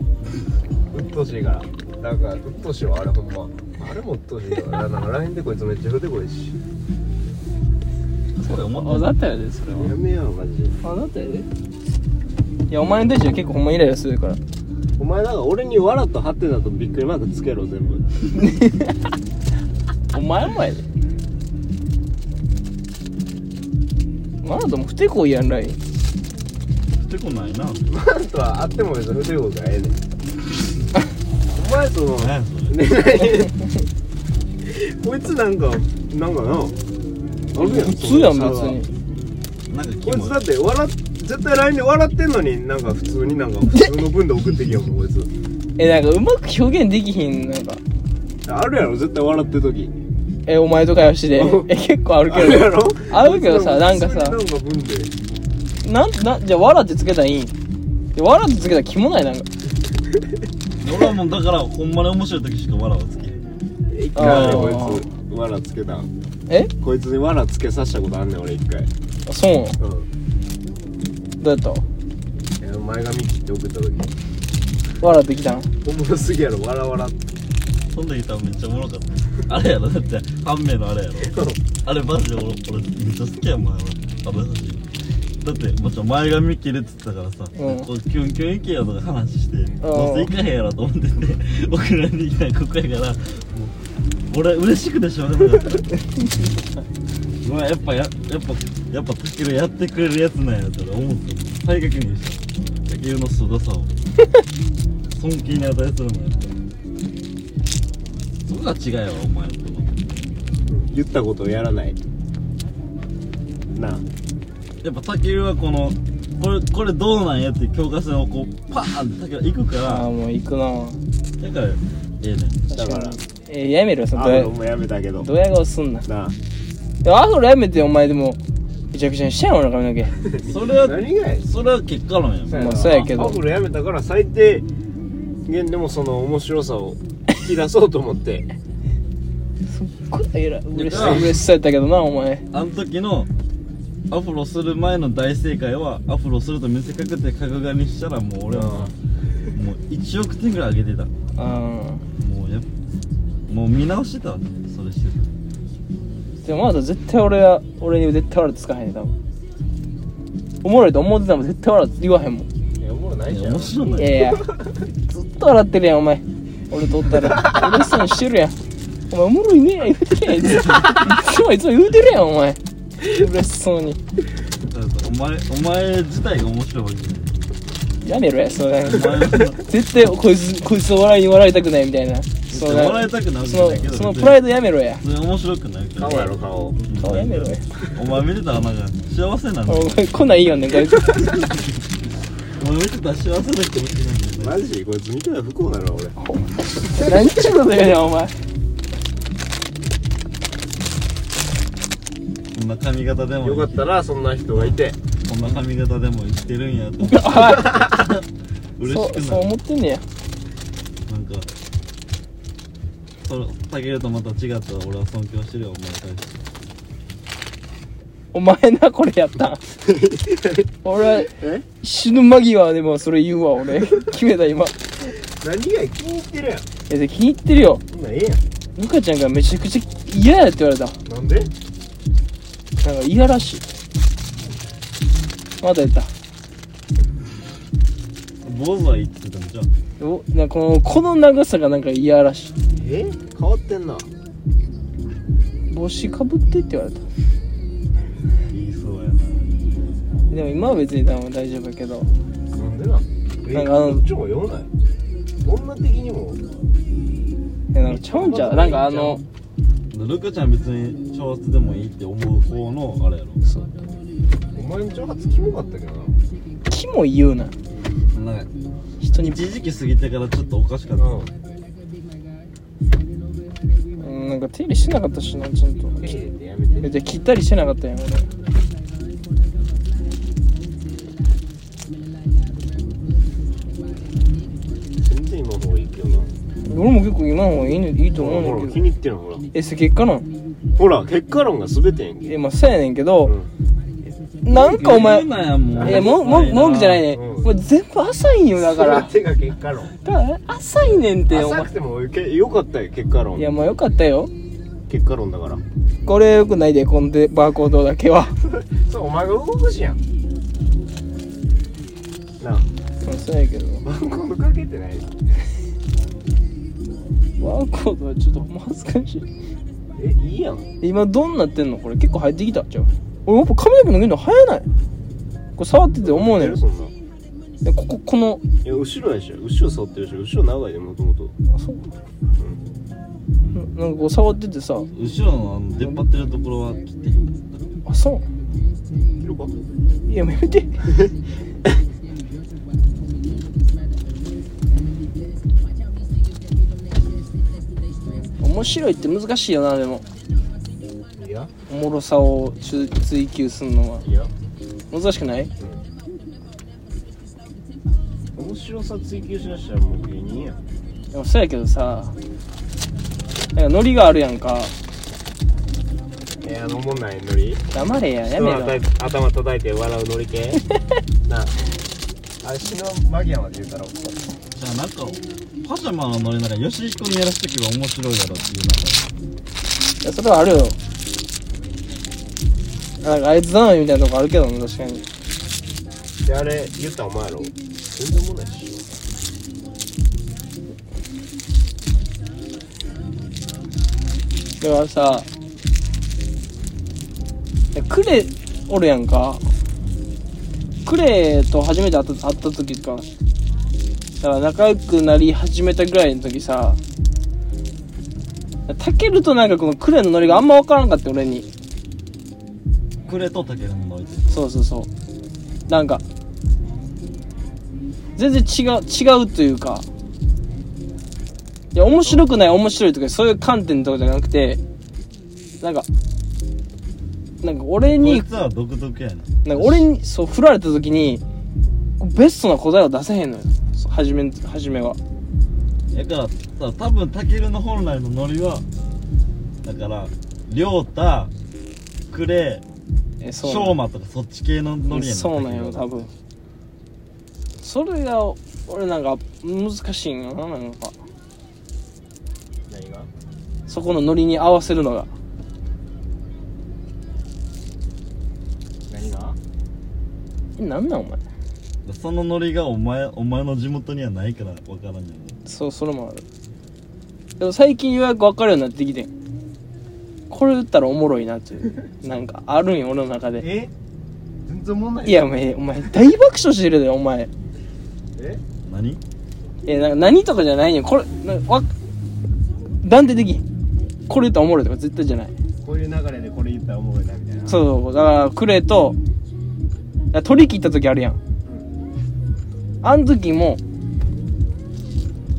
Speaker 5: うっとうしいからなんかうっとうしいわあれほんまあれもうっとうしいからなんか LINE でこいつめっちゃ筆こいし
Speaker 4: そうだよ思
Speaker 3: わ
Speaker 4: った
Speaker 3: ざとやでそれ
Speaker 5: やめようマジで
Speaker 3: わざとやでいやお前の弟子は結構ほんまイライラするから
Speaker 5: お前なんか俺に笑っとハテナとびっくりマークつけろ全部
Speaker 3: お前もやであなたも不手こいやんライン
Speaker 4: 出てこないな
Speaker 5: マートはあっても別に筆こいからええねんお前その
Speaker 4: 何やそれ
Speaker 5: ね こいつなんかなんかなあるやん
Speaker 3: 普通やん別
Speaker 5: その
Speaker 3: に
Speaker 4: なんかキ
Speaker 5: こい
Speaker 4: モ
Speaker 5: つ
Speaker 4: い
Speaker 5: だって笑っ絶対 LINE で笑ってんのになんか普通になんか普通の文で送ってきやもんこいつ
Speaker 3: えなんかうまく表現できひんなんか
Speaker 5: あるやろ絶対笑ってる時
Speaker 3: えお前と会話してえ結構ある
Speaker 5: あ
Speaker 3: け
Speaker 5: るや
Speaker 3: ど
Speaker 5: ろ
Speaker 3: あるけどさなんかさ
Speaker 5: 普通になんか文で
Speaker 3: なんなんじゃあ笑ってつけたらいいんで笑ってつけたらキモないなんか
Speaker 4: 俺はもうだからほんまに面白い時しか笑わつけへん
Speaker 5: 一回ある
Speaker 3: あ
Speaker 5: よ
Speaker 3: ー
Speaker 5: こいつ笑つけた
Speaker 3: え
Speaker 5: こいつに罠つけさせたことあんねん俺一回
Speaker 3: あそうなの
Speaker 5: うん
Speaker 3: どうやっ
Speaker 5: え前髪切って送った時
Speaker 3: た笑ってきたん
Speaker 5: おもろすぎやろわらわらって
Speaker 4: そん時多分めっちゃおもろかったあれやろだって半目のあれやろあれマジで俺俺めっちゃ好きやもんあれあの写真だってもちろん前髪切るっつってたからさ、
Speaker 3: うん
Speaker 4: こうキュンキュンいけよとか話してどうせ行かへんやろと思ってて僕らに行きないここやからもう俺嬉しくてしょうがなかったうわやっぱややっぱやっぱタケルやってくれるやつなんやって俺思った再確認したタケルの凄さを尊敬に値するもんやっぱそこが違うわお前と
Speaker 5: 言ったことをやらないなあ
Speaker 4: やっぱ竹雄はこのこれこれどうなんやっていう境界線をこうパーンって竹雄行くか
Speaker 3: ああ
Speaker 4: ら
Speaker 3: もう行くな
Speaker 4: だからええねん
Speaker 5: だから
Speaker 3: えやめろよその
Speaker 5: ア
Speaker 3: ド
Speaker 5: フ
Speaker 3: ヤ
Speaker 5: ロもやめたけど
Speaker 3: ドヤ顔すんな
Speaker 5: なあ
Speaker 3: いやアフロやめてよお前でもめちゃくちゃにしてんの俺の髪の毛
Speaker 4: それは
Speaker 5: 何がや
Speaker 4: それは結果論やん
Speaker 3: まあそうやけど
Speaker 5: アフロやめたから最低限でもその面白さを引き出そうと思って
Speaker 3: こらえら嬉しそう嬉しそうやったけどなお前
Speaker 4: あの時のアフロする前の大正解はアフロすると見せかけて角刈りしたらもう俺はもう1億点ぐらい上げてたも
Speaker 3: あ
Speaker 4: うやっもう見直してたわそれして
Speaker 3: ーでもまだ絶対俺は俺に絶対笑ってつかへんね多分おもろいと思ってたもん絶対笑って言わへんもんい
Speaker 5: いやもうな
Speaker 4: た
Speaker 5: い
Speaker 4: い
Speaker 5: じ
Speaker 4: や
Speaker 5: ゃん
Speaker 4: 面白ない
Speaker 3: やいやずっと笑ってるやんお前俺とおったら嬉しそうにしてるやんお前おもろいね言うてるやんいつもいつもいつも言うてるやんお前嬉しそうに
Speaker 4: だからお前お前自体が面白いわけじ
Speaker 3: やめろやそれ
Speaker 4: ゃないお前は
Speaker 3: 絶対こいつこいつ笑いに笑いたくないみたいなその
Speaker 4: 笑いたくなるん
Speaker 3: そ
Speaker 4: だけ
Speaker 3: の
Speaker 4: ど
Speaker 3: そのプライドやめろや
Speaker 4: それ面白くないから
Speaker 5: 顔やろ顔
Speaker 3: 顔やめろよ
Speaker 4: お前見てたらなんか幸せなんだよ
Speaker 3: お前こんなんいいよねこいつ
Speaker 4: お前見てたら幸せな気持ちなんだよ
Speaker 5: マジこいつ見たら不幸だろ俺
Speaker 3: 何ちゅうことやねんお前
Speaker 4: こんな髪型でも
Speaker 5: よかったなそんな人がいて
Speaker 4: こんな髪型でも生きてるん やと思って
Speaker 3: あ
Speaker 4: 嬉
Speaker 3: そ
Speaker 4: し
Speaker 3: う
Speaker 4: く
Speaker 3: そ
Speaker 4: な
Speaker 3: う
Speaker 4: る
Speaker 3: 思ってんねや
Speaker 4: なんかそれタケルとまた違ったら俺は尊敬してるよお前に対して
Speaker 3: お前なこれや ったん俺は死ぬ間際でもそれ言うわ俺決めた今い
Speaker 5: 何が気に入ってるやん
Speaker 3: やで気に入ってるよ
Speaker 5: そんなんええや
Speaker 3: ルカちゃんがめちゃくちゃ嫌やって言われた
Speaker 5: んなんで
Speaker 3: なんか嫌らしいまたやった
Speaker 4: 坊主は言ってたんじゃん
Speaker 3: おなんかこのこの長さがなんか嫌らし
Speaker 5: え変わってんない
Speaker 3: 帽子かぶってって言われた
Speaker 4: 言いそうやな
Speaker 3: でも今は別に多分大丈夫やけど
Speaker 5: なんでな
Speaker 3: な
Speaker 5: なんん
Speaker 3: かあの
Speaker 5: こっちも酔わない女的にも
Speaker 3: いやなんかちゃうんちゃうなんかあの
Speaker 4: ルカちゃん別に挑発でもいいって思う方のあれやろ
Speaker 5: お前の挑発キモかったけどな
Speaker 3: 木も言うな
Speaker 4: なんか
Speaker 3: 人に
Speaker 4: 一時期過ぎてからちょっとおかしかった
Speaker 5: うん
Speaker 3: うんなんか手入れしてなかったしなちゃんと
Speaker 5: ええやめて
Speaker 3: えじゃあ切ったりしてなかったやん俺
Speaker 5: 全然今の方がいいけどな
Speaker 3: 俺も結構今の方がいい,、ね、いいと思う
Speaker 5: ほ
Speaker 3: ねん
Speaker 5: ら
Speaker 3: だけ
Speaker 5: 気
Speaker 3: ど
Speaker 5: に入ってるのほら
Speaker 3: えそれ結果なん
Speaker 5: ほら結果論が全てやんけ
Speaker 3: えまあそうやねんけど、
Speaker 5: うん
Speaker 3: なんかお
Speaker 4: 言
Speaker 3: 前
Speaker 4: うなやもう
Speaker 3: えもも文句じゃないね、
Speaker 5: うん
Speaker 3: もう全部浅いんよだから
Speaker 5: 全てが結果論
Speaker 3: だから浅いねんってお
Speaker 5: 浅
Speaker 3: 前
Speaker 5: くてもけよかったよ結果論
Speaker 3: いやまあよかったよ
Speaker 5: 結果論だから
Speaker 3: これよくないでこんでバーコードだけは
Speaker 5: そうお前が動くしやんなあ
Speaker 3: まあそうやけど
Speaker 5: バンコンかけてない
Speaker 3: バーコードはちょっとほんま恥ずかしい
Speaker 5: えいいやん
Speaker 3: 今どうなってんのこれ結構入ってきたじゃう俺やっぱ髪の毛抜けるの早ないこれ触ってて思うねん
Speaker 5: そんな
Speaker 3: でこここの
Speaker 5: いや後ろやしょ後ろ触ってるし後ろ長いでもともと
Speaker 3: あそうななんかこう触っててさ
Speaker 4: 後ろのあの出っ張ってるところは切ってへんかった
Speaker 3: あそ
Speaker 5: 切ろか
Speaker 3: ういやもうやめて 面白いって難しいよなでも
Speaker 5: いや
Speaker 3: おもろさを追追求するのはい
Speaker 5: や
Speaker 3: 難しくない
Speaker 5: 面白さ追求しなしたらもう芸人やん
Speaker 3: でもそうやけどさなんかノリがあるやんか
Speaker 5: えー、おもんないノリ
Speaker 3: 黙れや、や
Speaker 5: 人
Speaker 3: め
Speaker 5: の
Speaker 3: ろ。
Speaker 5: 頭頭叩いて笑うノリ 系なああれ死ぬ間際まで言うたら怒る
Speaker 4: じゃあなんかパジャマのノリなんかヨシヒコにやらせてけば面白いやろっていう
Speaker 3: いや、それはあるよ。なんかあいつ頼みみたいなとこあるけどな、確かに。
Speaker 5: であれ言ったらお前やろ全然おもんないし
Speaker 3: だからさ、いやクレ、おるやんか。クレと初めて会った会った時か。だから仲良くなり始めたぐらいの時さ、タケルとなんかこのクレのノリがあんま分からんかって俺に。
Speaker 4: なんかクレとタケルのノリで
Speaker 3: そうそうそう。なんか、全然違う、違うというか、いや、面白くない、面白いとか、そういう観点とかじゃなくて、なんか、なんか俺
Speaker 4: こ
Speaker 3: に
Speaker 4: いつ、は独特やな
Speaker 3: なんか俺に、そう、振られた時に、ベストな答えは出せへんのよ。そう初め、初めは。
Speaker 4: だからさ多分タケルの本来のノリはだから亮太クレ
Speaker 3: え、そうなの
Speaker 4: 昌磨とかそっち系のノリやな
Speaker 3: そうなん
Speaker 4: タケル
Speaker 3: よ
Speaker 4: は
Speaker 3: 多分それが俺なんか難しいんよななんか
Speaker 5: 何が
Speaker 3: そこのノリに合わせるのが
Speaker 5: 何が
Speaker 3: えなんなんお前
Speaker 4: そのノリがお前お前の地元にはないから分からんよね
Speaker 3: そうそれもあるでも最近ようやく分かるようになってきてんこれ言ったらおもろいなっていうなんかあるんよ俺の中で
Speaker 5: え全然おもんない
Speaker 3: いやお前お前大爆笑してるでお前
Speaker 5: え
Speaker 4: 何
Speaker 3: えなんか何とかじゃないよこれなんかわ断定的これ言ったらおもろいとか絶対じゃない
Speaker 5: こういう流れでこれ言ったらおもろいなみたいな
Speaker 3: そうそうだからクレとだから取り切った時あるやんあの時も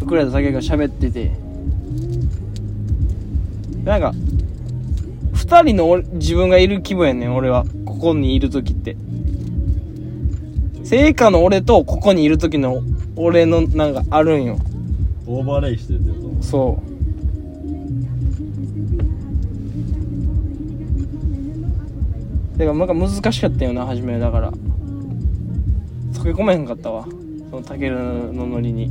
Speaker 3: クレと酒が喋っててなんか2人の俺自分がいる気分やねん俺はここにいる時って成果の俺とここにいる時の俺のなんかあるんよ
Speaker 4: オーバーレイしてるってこ
Speaker 3: そうだからなんか難しかったよな初めだから溶け込めへんかったわそのタケルのノリに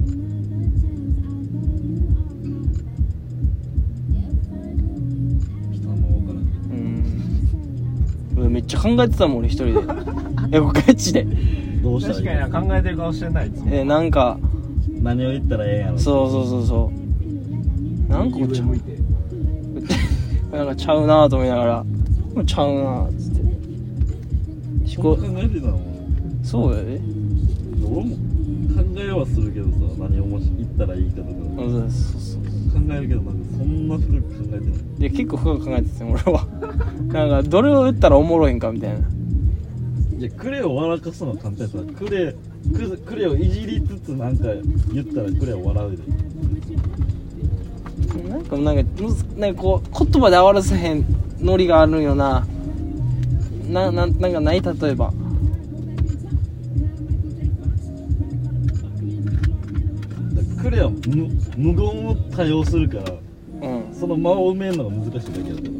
Speaker 4: と人も分からんけど
Speaker 3: うん俺めっちゃ考えてたもん俺一人で いやガチで
Speaker 4: どうした
Speaker 5: 確
Speaker 4: らいい
Speaker 5: かにな考えてる顔してないいつも
Speaker 3: えなんか
Speaker 4: 何を言ったらええんやろ
Speaker 3: そうそうそうそうなんかこれちゃう
Speaker 5: 上向いて
Speaker 3: なんかちゃうなと思いながらこれちゃうなっつって思
Speaker 4: こ
Speaker 3: 考
Speaker 4: う考えてたの
Speaker 3: そうやで
Speaker 4: 俺も考えはするけどさ何をもし言ったらいいかとか
Speaker 3: う
Speaker 4: 考
Speaker 3: んそうそう
Speaker 4: えるけどなんかそんな深く考えてない
Speaker 3: いや結構深く考えてたよ俺は なんかどれを打ったらおもろいんかみたいない
Speaker 4: やクレを笑かすのは簡単やさクレククレをいじりつつなんか言ったらクレを笑うで
Speaker 3: なんかなんかむずなんかこう言葉で表せへんノリがあるんよななななんかない例え
Speaker 4: だか
Speaker 3: ば
Speaker 4: らクレは無無言を多用するから
Speaker 3: うん
Speaker 4: その間を埋めるのが難しいだけだと思う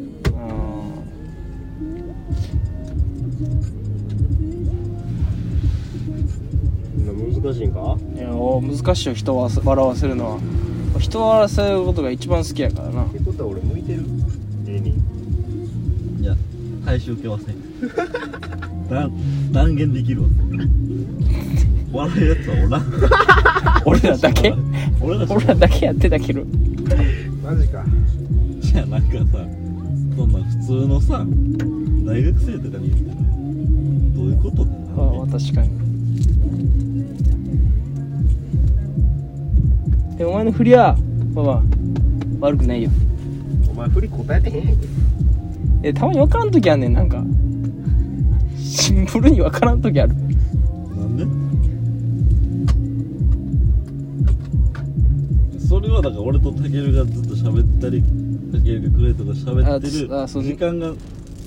Speaker 5: 難しいんか
Speaker 3: いやお難しいよ人を笑わせるのは人を笑わせることが一番好きやからな
Speaker 5: ってことは俺向いてる芸人
Speaker 4: いや回収受けません 断断言できるわ笑うやつはおらん
Speaker 3: 俺らだけ
Speaker 4: 俺らしか
Speaker 3: 俺らだけやってたけど
Speaker 5: マジか
Speaker 4: いやなんかさそんな普通のさ大学生とかに言ったらどういうことって
Speaker 3: ああ
Speaker 4: な
Speaker 3: 確かにでお前の振りはまあまあ悪くないよ
Speaker 5: お前振り答えてへんやんけ
Speaker 3: えたまに分からん時あんねんなんかシンプルに分からん時ある
Speaker 4: んでなんでそれはだから俺とタケルがずっと喋ったりタケルがクレイとか喋って
Speaker 3: あつあそう
Speaker 4: る時間が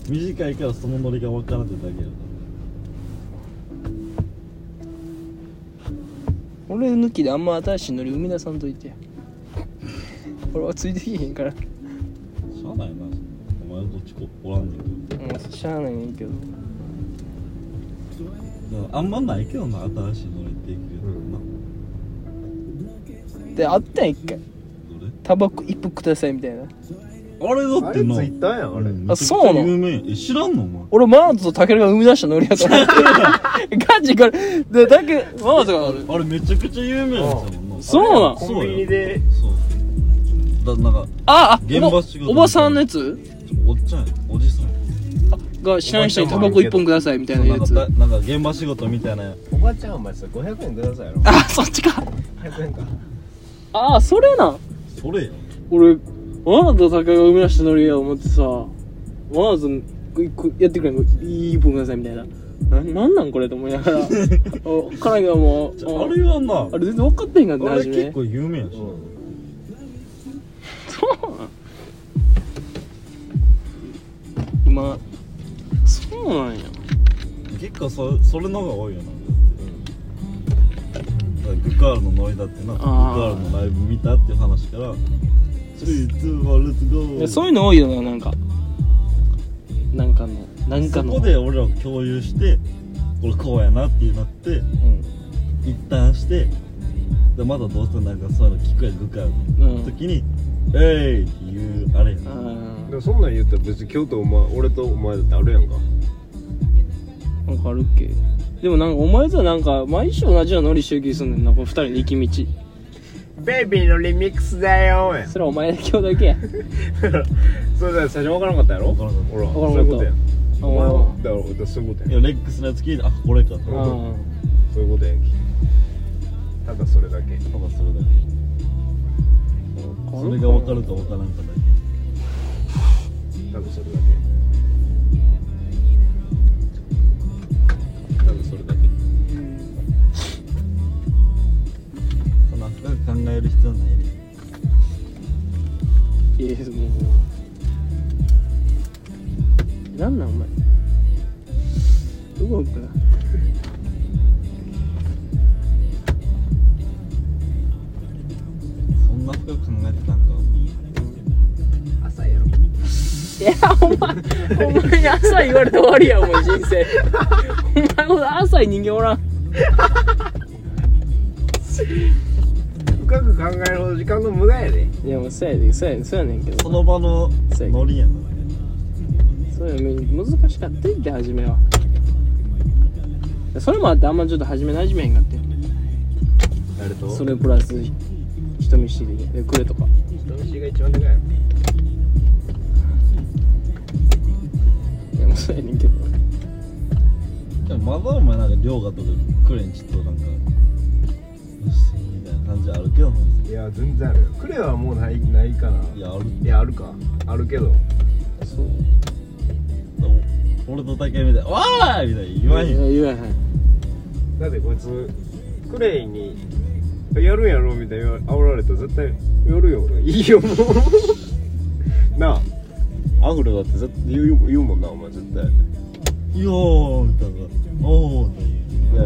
Speaker 4: 短いからそのノリが分からんってだけや
Speaker 3: 俺抜きであんま新しいノリ生み出さんといてや俺はついてきへんから
Speaker 4: ろしゃあないなお前こっちしかおらんねんけど
Speaker 3: もうしゃあないねんけど
Speaker 4: だからあんまないけどな新しいの行っていくやつな、
Speaker 3: であったやん一回
Speaker 4: どれ
Speaker 3: タバコ一服くださいみたいな
Speaker 4: あれだ
Speaker 5: あ
Speaker 4: っ
Speaker 5: れ
Speaker 4: て
Speaker 5: ツイ
Speaker 4: な
Speaker 5: ッターやんあれ、
Speaker 4: ん
Speaker 3: あそうなの
Speaker 4: めちゃくちゃ有名やんえ知らんのお前
Speaker 3: 俺マナトとタケルが生み出したノリやと思って ガチこれでだけマナトがある
Speaker 4: あれめちゃくちゃ有名やつやもんな
Speaker 3: そうなん
Speaker 5: コンビニで
Speaker 4: そうだなんか
Speaker 3: ああ
Speaker 4: 現場仕事
Speaker 3: おばおばさんのやつ
Speaker 4: おっちゃんやおじさん
Speaker 3: が知らない人にタバコ一本くださいみたいな
Speaker 4: なん
Speaker 3: や
Speaker 4: か
Speaker 3: つ
Speaker 4: だなんか現場仕事みたいな
Speaker 5: おばちゃんお前さ500円くださいやろ
Speaker 3: あそっちか
Speaker 5: 500円か
Speaker 3: ああそれな
Speaker 4: それや
Speaker 3: 俺マナトとタケルが生み出したノリや思ってさマナト一個やってくれん一本くださいみたいなななんなんこれと思い ながらあ彼がもう
Speaker 4: じゃああれはな
Speaker 3: あれ全然分かってへんかった
Speaker 4: あ
Speaker 3: な
Speaker 4: れ
Speaker 3: 初め
Speaker 4: 結構有名やし
Speaker 3: そうなん今そうなんや
Speaker 4: 結構そそれの方が多いよなだからグカールのノリだってなグカ
Speaker 3: あー
Speaker 4: ールのライブ見たっていう話から「321レッツゴ
Speaker 3: い
Speaker 4: ー」
Speaker 3: やそういうの多いよななんかなんかのなんか
Speaker 4: そ
Speaker 3: の
Speaker 4: こで俺ら共有して俺こうやなってなって
Speaker 3: うん
Speaker 4: 一旦してでまたどうせなんかそういうの聞くやんグカール
Speaker 3: う
Speaker 4: の
Speaker 3: ん
Speaker 4: 時に「えい!」っていうあれやな
Speaker 5: で
Speaker 3: あ
Speaker 5: もそんなん言ったら別に京都お前俺とお前だってあるやんか
Speaker 3: ーなんかあるっけでもなんかお前とはなんか毎週同じようなノリしてる気すんねんなこの二人の行き道
Speaker 5: ベイビーのリミックスだよやん
Speaker 3: それはお前だけ今日だけや
Speaker 5: それだから最初分からんかったやろ
Speaker 4: 分からんかった
Speaker 5: ほら
Speaker 3: 分からん
Speaker 5: そう
Speaker 3: かった
Speaker 5: いうことやん
Speaker 3: お
Speaker 5: お
Speaker 3: 前
Speaker 5: 前
Speaker 3: は
Speaker 5: はだから俺とそういうこと
Speaker 4: い
Speaker 5: や
Speaker 4: や
Speaker 5: ん
Speaker 4: レックスのやつ聞いてあこれかと
Speaker 5: う
Speaker 4: 思っ
Speaker 3: あ
Speaker 5: そういうことやんただそれだけ
Speaker 4: ただそれだけそれが分かるか分からんかだ
Speaker 5: 多分それだけ多分それだけ
Speaker 4: けそんな深く考える必要ないで
Speaker 3: ーいやもうなんなんお前動くな
Speaker 4: そんな深く考えてたんか
Speaker 5: 朝やろ
Speaker 3: いやお前お前に朝言われて終わりやお前人生お前ほど朝い人間おらん
Speaker 5: 深く考えるほど時間の無駄やで
Speaker 3: いやもうそうやでそうやそうやねんけ
Speaker 4: そ
Speaker 3: ど
Speaker 4: の場のノリやな
Speaker 3: そうやね難しかったって初めはそれもあってあんまちょっと初め馴染めへんかって
Speaker 5: 誰と
Speaker 3: それプラス人見知りでくれとか
Speaker 5: 人見知りが一番でかいやろ
Speaker 3: いやもうそうやねんけど
Speaker 4: でもまだお前なんか涼河とかクレンちょっとなんか不思議みたいな感じあるけどない
Speaker 5: や全然あるよクレはもうないないかない
Speaker 4: いやある
Speaker 5: やあるかあるけど
Speaker 3: そう
Speaker 4: お俺と竹みたいな「わー!」みたいな言わんよ
Speaker 3: いや言わへん
Speaker 5: だってこいつクレイに「やるんやろ」みたいな煽られたら絶対「やるよ俺いいよもう」 なあアフロだって絶対言う言うもんなお前絶
Speaker 4: 「
Speaker 5: 対
Speaker 4: いやー」みたいな「おー」って
Speaker 5: ねえ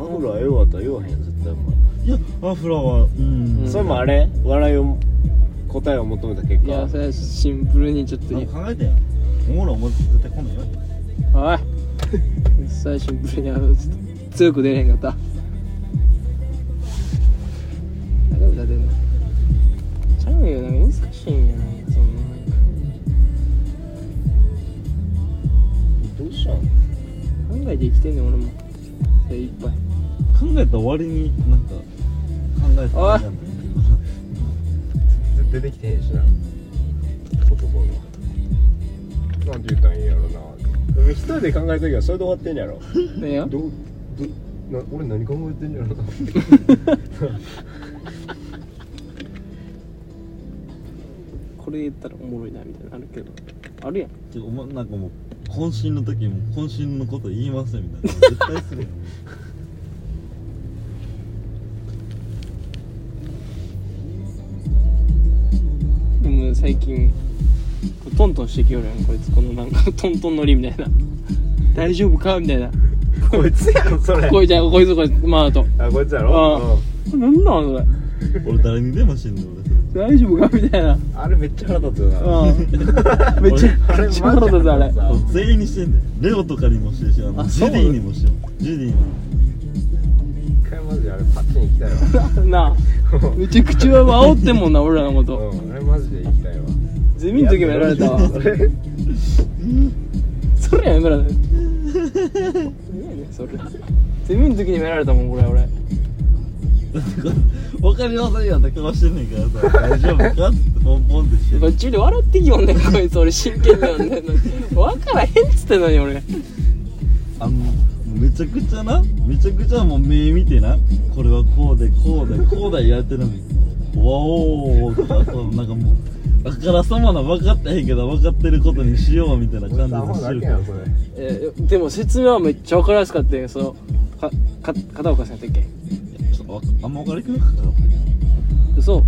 Speaker 5: アフロはええわとは言わへんよ絶対お前
Speaker 4: 言う「いやアフラはうん」
Speaker 3: うん
Speaker 5: それもあれ笑いを答えを求めた結
Speaker 3: いや
Speaker 5: 果
Speaker 3: それはシンプルにちょっと
Speaker 4: なん
Speaker 3: に
Speaker 4: か考えてんおもろい思って絶対来んのよ
Speaker 3: おいそれはシンプルにあのちょっと強く出れへんかった大丈夫だ出んのちゃうよなんか難しいんやなそんななんか
Speaker 5: どうしたん
Speaker 3: 考えて生きてんねん俺も精一杯
Speaker 4: 考えた割になんか考えたらいいやん
Speaker 5: 絶対出てきてへんしな男がなんて言ったらいいんやろなでも一人で考えた時はそれで終わってんやろ
Speaker 3: ねえよ
Speaker 5: どうどな俺何考えてんやろな
Speaker 3: これ言ったらおもろいなみたいなのあるけどあるやん
Speaker 4: てかお前なんかもう渾身の時も渾身のこと言いませんみたいな絶対するやん
Speaker 3: でも最近トントンしてきよるやんこいつこのなんかトントンのりみたいな大丈夫かみたいな
Speaker 5: こいつやろそれ
Speaker 3: こいつこいつこいつマナト
Speaker 5: あこいつや
Speaker 3: あ
Speaker 5: ろ
Speaker 3: なんなんそれ
Speaker 4: 俺誰にでも死んで俺それ
Speaker 3: 大丈夫かみたいな
Speaker 5: あれめっちゃ腹立つよな
Speaker 3: うんめっちゃ
Speaker 5: あれ
Speaker 3: めっちゃ腹立つあれ
Speaker 5: マジ
Speaker 4: そう 全員にしてんだよレオとかにもしてるしあの
Speaker 3: あ
Speaker 4: ジ
Speaker 3: そう
Speaker 4: ュディにもしてるジュディも
Speaker 5: 一回マジであれパチン行きたいわ
Speaker 3: なあめちゃくちゃ煽ってんもんな俺らの こと
Speaker 5: うんあれマジで行きたいわ
Speaker 3: ゼミの時もやられたわ
Speaker 5: そ れ
Speaker 3: それやめられたいねそれゼミの時にもやられたもんこれ俺
Speaker 4: わかりませんよって顔してんねんからさ大丈夫かってポンポンって して
Speaker 3: こっ
Speaker 4: る
Speaker 3: ちで笑ってきよんねんこいつ俺真剣なんだよ分からへんっつってんのに俺
Speaker 4: あのもうめちゃくちゃなめちゃくちゃもう目見てなこれはこうでこうでこうだやってるのに「おお」とかそうなんかもうあからさまな分かってへんけど分かってることにしようみたいな
Speaker 5: 俺
Speaker 4: 感
Speaker 5: さア
Speaker 4: じで
Speaker 5: ホ
Speaker 4: し
Speaker 5: だ
Speaker 4: て
Speaker 5: け
Speaker 4: るか
Speaker 5: や
Speaker 4: ら
Speaker 5: んそれ
Speaker 3: えーでも説明はめっちゃ分かりやすかったよそのかか片岡さんやったっけ
Speaker 4: ちょっとわかあんま分かりくなかったい
Speaker 3: 嘘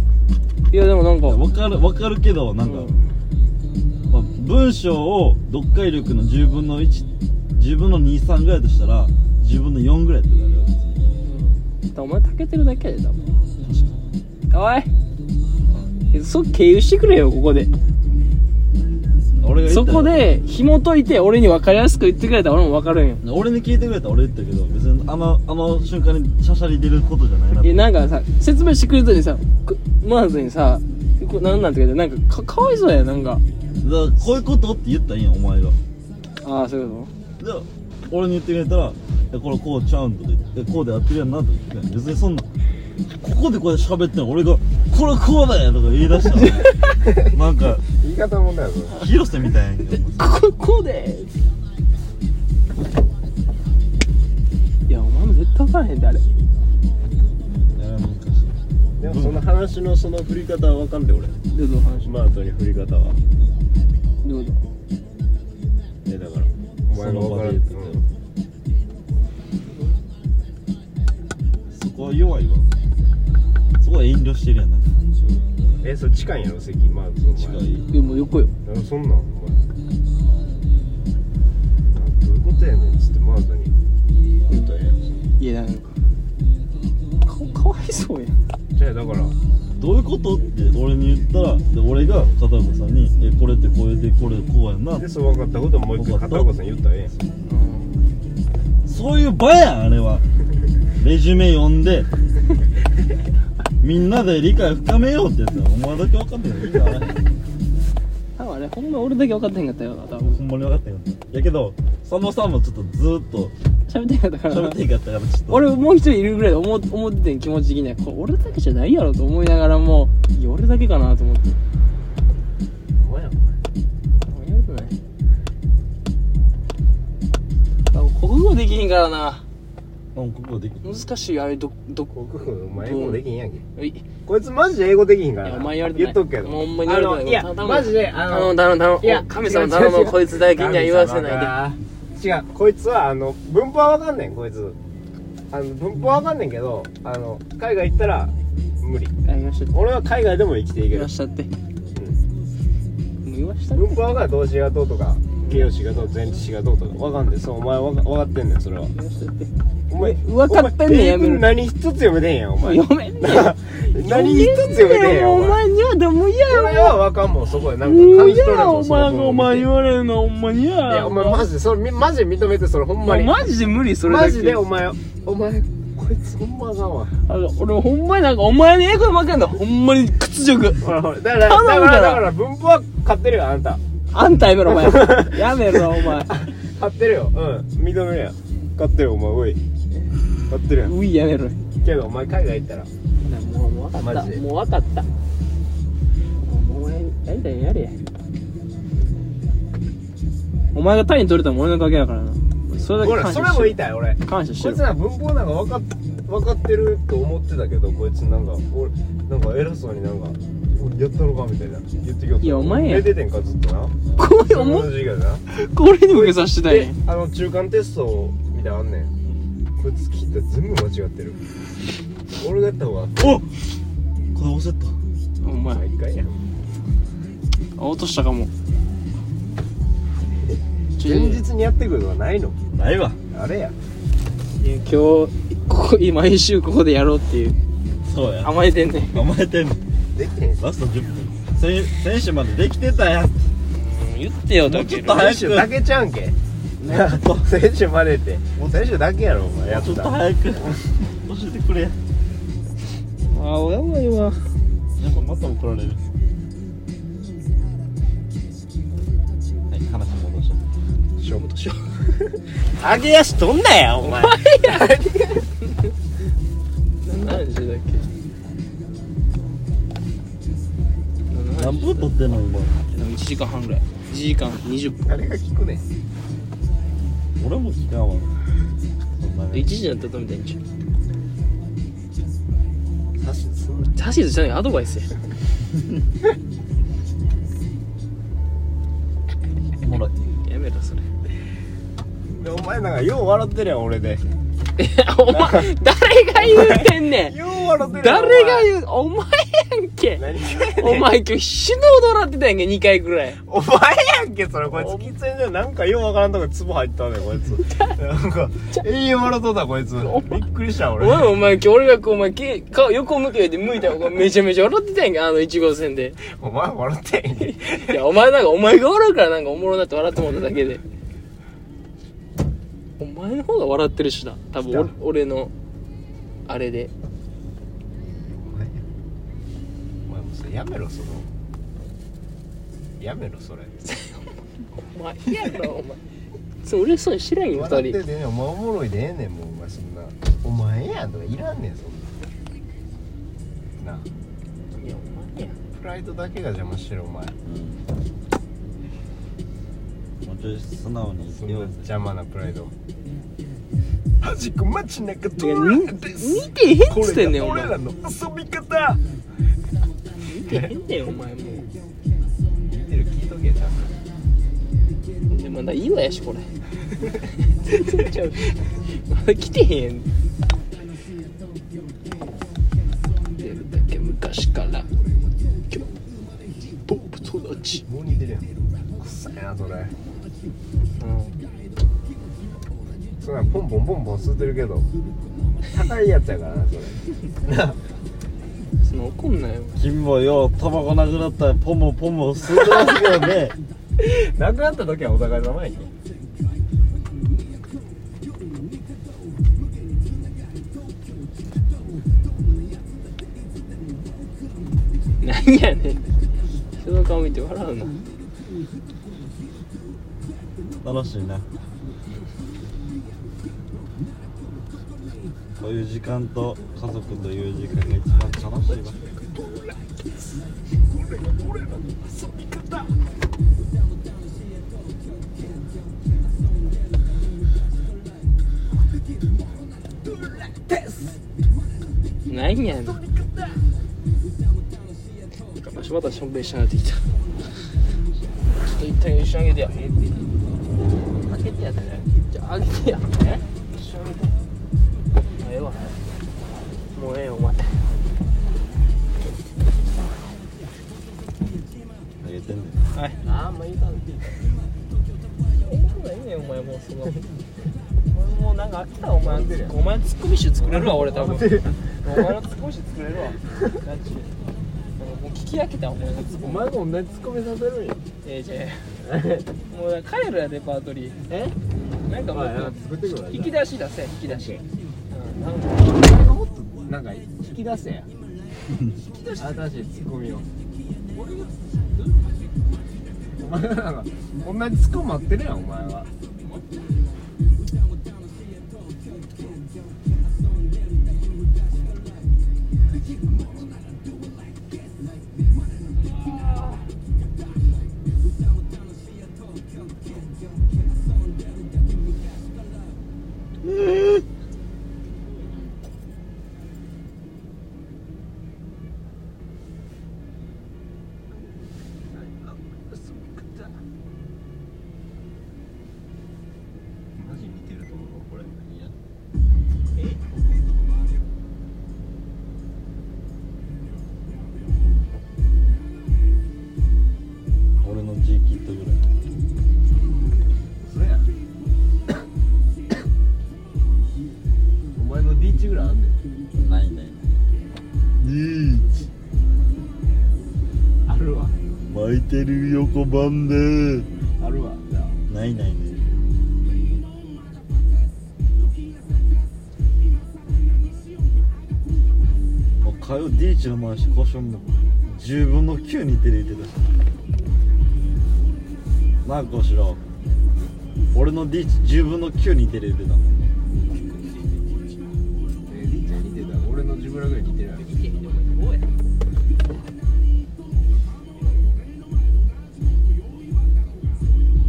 Speaker 3: いやでもなんか
Speaker 4: や分かる分かるけどなんか、
Speaker 3: うん
Speaker 4: まあ、文章を読解力の10分の110分の23ぐらいとしたら10分の4ぐらいやってたよ別に
Speaker 3: お前たけてるだけやで多分
Speaker 4: 確か
Speaker 3: かわいいそ経由してくれよここで
Speaker 4: 俺が言
Speaker 3: そ
Speaker 4: ったら
Speaker 3: こで紐解いて俺に分かりやすく言ってくれたら俺も分かるんよ
Speaker 4: 俺に聞いてくれたら俺言ったけど別にあのあの瞬間にシャシャリ出ることじゃないな
Speaker 3: えなんかさ説明してくれたのにさくまずにさこなんなんて言うけどなんかかかわいそうやなんか
Speaker 4: だからこういうことって言ったらいいんやお前が
Speaker 3: ああそういうこ
Speaker 4: じゃあ俺に言ってくれたら「いやこれこうちゃうん」とか言っていや「こうでやってるやんな」とか言って別にそんなここでこうやって喋ってんの俺が「これこうだよ」とか言い出した らなんか
Speaker 5: 言い方もんだよそれ
Speaker 4: 広瀬みたいやんけど
Speaker 3: とこここうでいやお前も絶対分からへんであれ
Speaker 4: やばい難しい
Speaker 5: でもその話のその振り方は分かんで俺
Speaker 3: どうぞ話
Speaker 5: マートに振り方は
Speaker 3: どうぞ
Speaker 5: えだからお前が分からんって言ったよ
Speaker 4: そこは弱いわそこは遠慮してるやんなんか
Speaker 5: えそれ近いんやろ席マートの
Speaker 4: 近い
Speaker 3: いやもう横よ
Speaker 5: なんかそんなんお前なんどういうことやねんっつってマートに言ったらええやん
Speaker 3: いやなんかかかわいそうやん
Speaker 5: じゃあだから
Speaker 4: どういうことって俺に言ったらで俺が片岡さんに「えこれってこれでこれこうやんな
Speaker 5: でそう分かったことをもう一回片岡さんに言ったらええやん
Speaker 4: そういう場やんあれはレジュメ読んでみんなで理解深めようってやつやお前だけ分かってんのいいから
Speaker 3: 多分あれほんま俺だけ分かってへんかったよな多分
Speaker 4: ほんまに分かってんのやけど佐野さんもちょっとずーっと
Speaker 3: 喋ってへんかったから
Speaker 4: 喋ってへんかったからちょっと
Speaker 3: 俺もう一人いるぐらいで思思っててん気持ち的にはこれ俺だけじゃないやろと思いながらもいや俺だけかなと思って
Speaker 5: お前やんお前
Speaker 3: やることない多分国語できへんからな
Speaker 4: うんここできる
Speaker 3: 難しいよあれどどこ
Speaker 5: 国語お前英語できんやんけ
Speaker 3: い
Speaker 5: こいつマジで英語できひんか
Speaker 3: い
Speaker 5: ら
Speaker 3: や
Speaker 5: な
Speaker 3: お前言われて
Speaker 5: 言
Speaker 3: ない
Speaker 5: っとくけど
Speaker 3: もうほんまに言われてない
Speaker 5: あの
Speaker 3: 頼
Speaker 5: いや
Speaker 3: む
Speaker 5: マジであの
Speaker 3: 頼む頼む頼む
Speaker 5: いや
Speaker 3: 神様頼む
Speaker 5: 違う違う違う
Speaker 3: こいつだけには言わせないで
Speaker 5: で違うこいつはあの文法は分かんねんこいつあの文法は分かんねんけどあの海外行ったら無理
Speaker 3: あ言わしちゃって
Speaker 5: 俺は海外でも生きていけ
Speaker 3: 言
Speaker 5: る
Speaker 3: わしちゃっても
Speaker 5: うん
Speaker 3: う言わしちゃって
Speaker 5: 文法は分かる動詞がどうとか形容詞がどう前置詞がどうとか分かんねんそうお前分か分かってんねんそれは
Speaker 3: 言わしちゃって
Speaker 5: お前
Speaker 3: 分かってんねんやめろ
Speaker 5: お前英語何一つ読めてんやんお前
Speaker 3: 読めんねん
Speaker 5: 何一つ読めてんやん
Speaker 3: お
Speaker 5: お前
Speaker 3: 前にはでも嫌
Speaker 5: そ
Speaker 3: や
Speaker 5: れは分かんもんそこでなんか
Speaker 3: もう
Speaker 5: 感じ
Speaker 3: 嫌
Speaker 5: 取れ
Speaker 3: や
Speaker 5: んもん
Speaker 3: お
Speaker 5: その
Speaker 3: 前
Speaker 5: 文
Speaker 3: が
Speaker 5: 法
Speaker 3: お前言われるのお前嫌
Speaker 5: いやお前マジでそれみマジで認めてそれほんまに
Speaker 3: マジで無理それだけ
Speaker 5: マジでお前お前こいつほんまあかんわ
Speaker 3: あの俺ほんまになんかお前に英語負けんだほんまに屈辱
Speaker 5: ほらほらだからだ
Speaker 3: 頼む
Speaker 5: か
Speaker 3: から
Speaker 5: らだから文法は買ってるよあんた
Speaker 3: あんたやめろお 前やめろお前
Speaker 5: 買ってるようん認めるや買ってるよお前おい買ってるやん
Speaker 3: ういやめろ
Speaker 5: けどお前海外行ったら
Speaker 3: もうもう分か
Speaker 5: マ
Speaker 3: っ
Speaker 5: ジ
Speaker 3: た
Speaker 5: で
Speaker 3: もう分かったもうお前やりたいんやれやお前が単位取れたも俺の賭けだからなそれだけ
Speaker 5: ほら
Speaker 3: 感
Speaker 5: そ
Speaker 3: 謝
Speaker 5: れも
Speaker 3: し
Speaker 5: 言い
Speaker 3: て
Speaker 5: たい俺こ
Speaker 3: る感謝
Speaker 5: い
Speaker 3: し
Speaker 5: つ
Speaker 3: てる
Speaker 5: なんか文法なんか分かっ分かってると思ってたけどこいつなんか俺なんか偉そうになんか俺やったろかみたいな言ってきよった
Speaker 3: いやお前や
Speaker 5: 出ててんかずっとな
Speaker 3: こういう
Speaker 5: 文
Speaker 3: 思
Speaker 5: 法の
Speaker 3: っ
Speaker 5: 授業でな
Speaker 3: これに向けさせてたい
Speaker 5: で
Speaker 3: ね
Speaker 5: あの中間テストみたいなのあんねんこいつ聞いたら全部間違ってる俺がやった方が
Speaker 4: おこれ押せた
Speaker 3: お前
Speaker 5: 最下位やん
Speaker 3: あ落としたかもちょ
Speaker 5: 前日にやってくるのはないの
Speaker 4: ないわ
Speaker 5: あれや
Speaker 3: いや今日ここ毎週ここでやろうっていう
Speaker 4: そうや
Speaker 3: 甘えてんねん
Speaker 4: 甘えてんの
Speaker 5: できへん
Speaker 4: ラスト10分せ選手までできてたやん
Speaker 3: うん言ってよ
Speaker 4: も
Speaker 3: だ
Speaker 4: うち
Speaker 3: け
Speaker 4: ょっと早
Speaker 5: 選
Speaker 4: く
Speaker 5: 手だけちゃうんけ
Speaker 4: もうちょっとも
Speaker 5: 選手までって選手だけやろお前や
Speaker 4: う
Speaker 5: っ
Speaker 4: ちょっと
Speaker 5: た
Speaker 4: 早く教えてくれや
Speaker 3: あやばいわ
Speaker 4: っぱまた怒られるはい話戻し
Speaker 5: 勝負としよう上げ足とんなやお前
Speaker 3: 何時だっけ
Speaker 4: 何分取ってんの今
Speaker 3: 1時間半ぐらい1時間20分
Speaker 5: 誰が聞くねん
Speaker 4: 俺も聞かんわそんな
Speaker 3: 1
Speaker 4: ね
Speaker 3: 時になったとみたいにちゃ
Speaker 5: 指図すんな
Speaker 3: う指図じゃないアドバイスや
Speaker 4: おもろい
Speaker 3: やめろそれ
Speaker 5: でお前なんかよう笑ってるやん俺で
Speaker 3: いやお前誰が言うてんねん
Speaker 5: よう笑ってるやん
Speaker 3: 誰が
Speaker 5: う
Speaker 3: 言うお前やんけ
Speaker 5: 何
Speaker 3: お前今日死ぬほど笑ってたやんけ2回ぐらい
Speaker 5: お前やんけそれこいつ喫煙所なんかようわからんとこにツボ入ったねこいつなんか永遠笑っとったこいつびっくりした
Speaker 3: お
Speaker 5: 俺
Speaker 3: 前お前今日俺がこうお前け顔横向けて向いたらめちゃめちゃ笑ってたやんけあの1号線で
Speaker 5: お前笑ってへんけ
Speaker 3: いやお前なんかお前が笑うからなんかおもろなって笑ってもらっただけでお前の方が笑ってるしな多分お俺のあれで
Speaker 5: お前お前もうそれやめろそのやめろそれ
Speaker 3: お前いやろお前そう嬉しそうにしてないよ
Speaker 5: 笑
Speaker 3: 2
Speaker 5: って
Speaker 3: 人
Speaker 5: てねお前おもろいでええねんもうお前そんなお前やんとかいらんねんそんななあ
Speaker 3: いやお前や
Speaker 5: プライドだけが邪魔してるお前
Speaker 4: もうちょい素直に
Speaker 5: そ
Speaker 4: 言
Speaker 5: ん
Speaker 4: って
Speaker 5: な
Speaker 4: よ
Speaker 5: 邪魔なプライド端っこ街中
Speaker 3: い
Speaker 5: ド
Speaker 3: や
Speaker 5: ラ
Speaker 3: み
Speaker 5: ッグです
Speaker 3: 見てへんっ
Speaker 5: こ
Speaker 3: つってんね
Speaker 5: れ
Speaker 3: んお
Speaker 5: が
Speaker 3: 前
Speaker 5: 俺らの遊び方
Speaker 3: 見てへんねんお前も
Speaker 5: 見てる聞いとけちゃんと
Speaker 3: うでもまだいいわやしこれ 全然ちゃうまだ来てへん出るだけ昔から今日ポップ友達
Speaker 5: もう似てるやんくさいなそれ
Speaker 3: うん
Speaker 5: それはポンポンポンポン吸ってるけど高いやつやからなそれ
Speaker 3: その怒んなよ
Speaker 4: 君もようタバコなくなったらポモポモ吸ってますけどね
Speaker 5: なくなった時はお互い様やけ
Speaker 3: 何やねん人の顔見て笑うな
Speaker 4: 楽しいなこういう時間と家族という時間が一番楽しいわ
Speaker 3: 何やねんわしまたしょんべんしなってきたちょっと一旦一緒にあげてや開けてやったねじゃああげてやえ一緒にあげてもうええわもうええよお前
Speaker 4: あげてんねん
Speaker 3: ああんま言うたんええこといいねんお前もうすごい お前もうなんか飽きたお前お前ツッコミ集作れるわ俺多 分お前のツッコミ集作れるわガ チでもう聞き飽きたお前のツッコミ
Speaker 5: 前も同じツッコミさせるんや
Speaker 3: えー、 もう帰るやレパートリーえなんかもう
Speaker 5: 作ってくるわ
Speaker 3: 引き出し出せ引き出し、うん、なんか
Speaker 5: なんか引き出せや引き出し新しいツッコミをお前なんか同じツッコミ待ってるやんお前はマジ似てると思うこれ
Speaker 4: 俺の G キットぐらい
Speaker 5: それや お前の D チぐらいあんねん
Speaker 4: ないないない
Speaker 7: いてる横番で
Speaker 5: あるわじゃあ
Speaker 7: ないないねもう火曜 D チの回し交渉も10分の9にてる言ってたしなあこしろ俺の D チ10分の9にてる言ってたもん
Speaker 5: えー、りーちゃん似てた俺の自分らぐらい似てない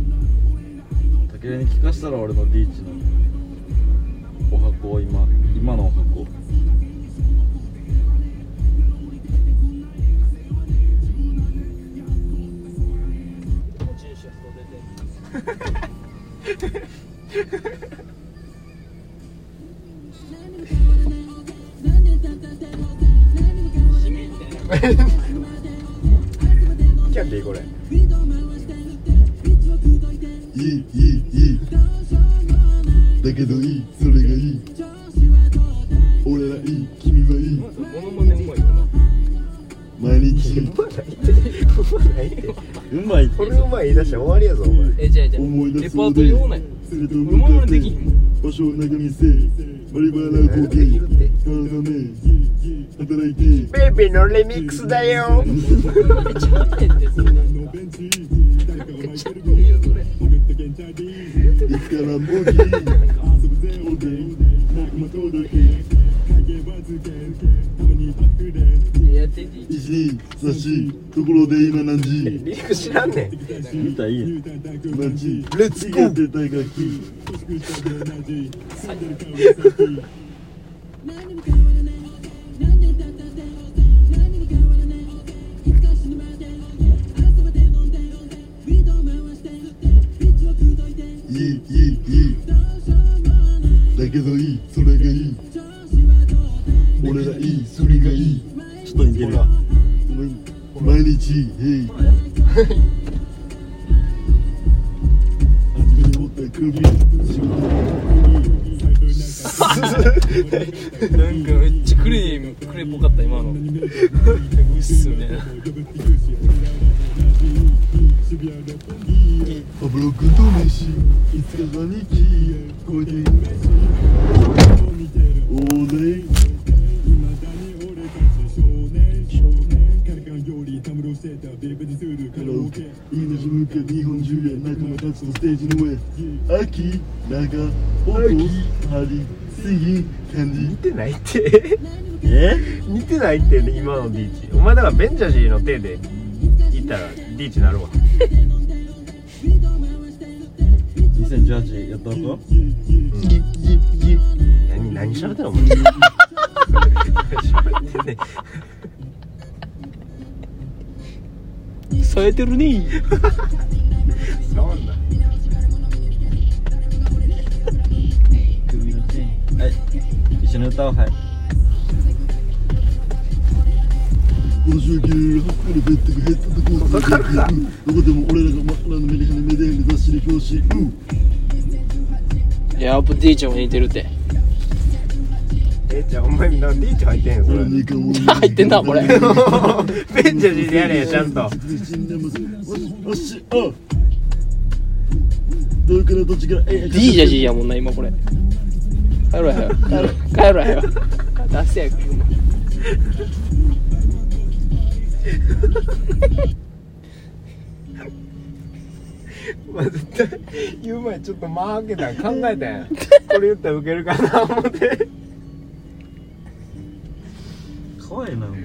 Speaker 7: 武田に聞かしたら俺の D チのお箱を今今のお箱
Speaker 5: キャンディーこれ
Speaker 7: いいいいいいだけどいいそれがいい俺はいい君はいい
Speaker 5: モノマネうまいよな
Speaker 7: 毎日
Speaker 5: うまないってうまないって
Speaker 7: うまい
Speaker 5: これうまい言い出したら終わりやぞお 前
Speaker 3: えじゃあじゃ
Speaker 7: 思い出
Speaker 3: レ
Speaker 7: す
Speaker 3: パ
Speaker 7: の
Speaker 3: ートリ
Speaker 7: で
Speaker 3: ー多ない
Speaker 7: それと
Speaker 3: 俺も
Speaker 7: 向
Speaker 3: の
Speaker 7: かっ
Speaker 3: で
Speaker 7: て
Speaker 3: きひん
Speaker 7: 場所を眺めせバリバラ光景体め働いて
Speaker 5: ベイビーのレミックスだよ
Speaker 7: いつからもういい今日で仲間とだけ
Speaker 3: やってて
Speaker 7: 一時差しところで今何時
Speaker 5: リンク知らんねん
Speaker 7: 見たい何時
Speaker 5: レッツゴ
Speaker 7: やっ
Speaker 5: ー
Speaker 7: てたいがきいいいいいいだけどいいそれがいい俺らいいそれがいいちょっと似てる毎日へい初め持った首仕事
Speaker 3: なんかめっちゃクレークレーっぽかった今のうっすみたいな
Speaker 7: アブロ君と飯いつか兄貴こでおーねカラオケ命向け日本中へ仲間たちのステージの上秋長音針水感
Speaker 5: 似
Speaker 7: じ
Speaker 5: てないって
Speaker 7: え
Speaker 5: 似てないってね今のディーチお前だからベンジャジーの手でいったらディーチなるわ
Speaker 7: 2018やったのか
Speaker 5: 何何しゃべってんのお前喋ってんねん
Speaker 3: 冴えてる ね
Speaker 5: 触んな
Speaker 7: はい一緒に歌おうはいこの集計ハッピーベッドが減ったとこを
Speaker 5: かるか
Speaker 7: どこでも俺らが真っ暗のメリハリメデンで雑誌に表紙うん
Speaker 3: いややっぱ D ちゃんも似てるって
Speaker 5: えじゃあお前なんでディーチ入ってんのそれ
Speaker 7: 入
Speaker 3: 入ってんなこれ
Speaker 5: ベンジャジーでやれやちゃんと
Speaker 7: おっしあどうからどっちから
Speaker 3: D じゃ G
Speaker 7: や
Speaker 3: やもんな今これ帰ろうや帰ろう帰ろうや出せや車
Speaker 5: まあ絶対言う前ちょっと間開けたん考えたやんこれ言ったらウケるかな思って
Speaker 7: かわいいなお前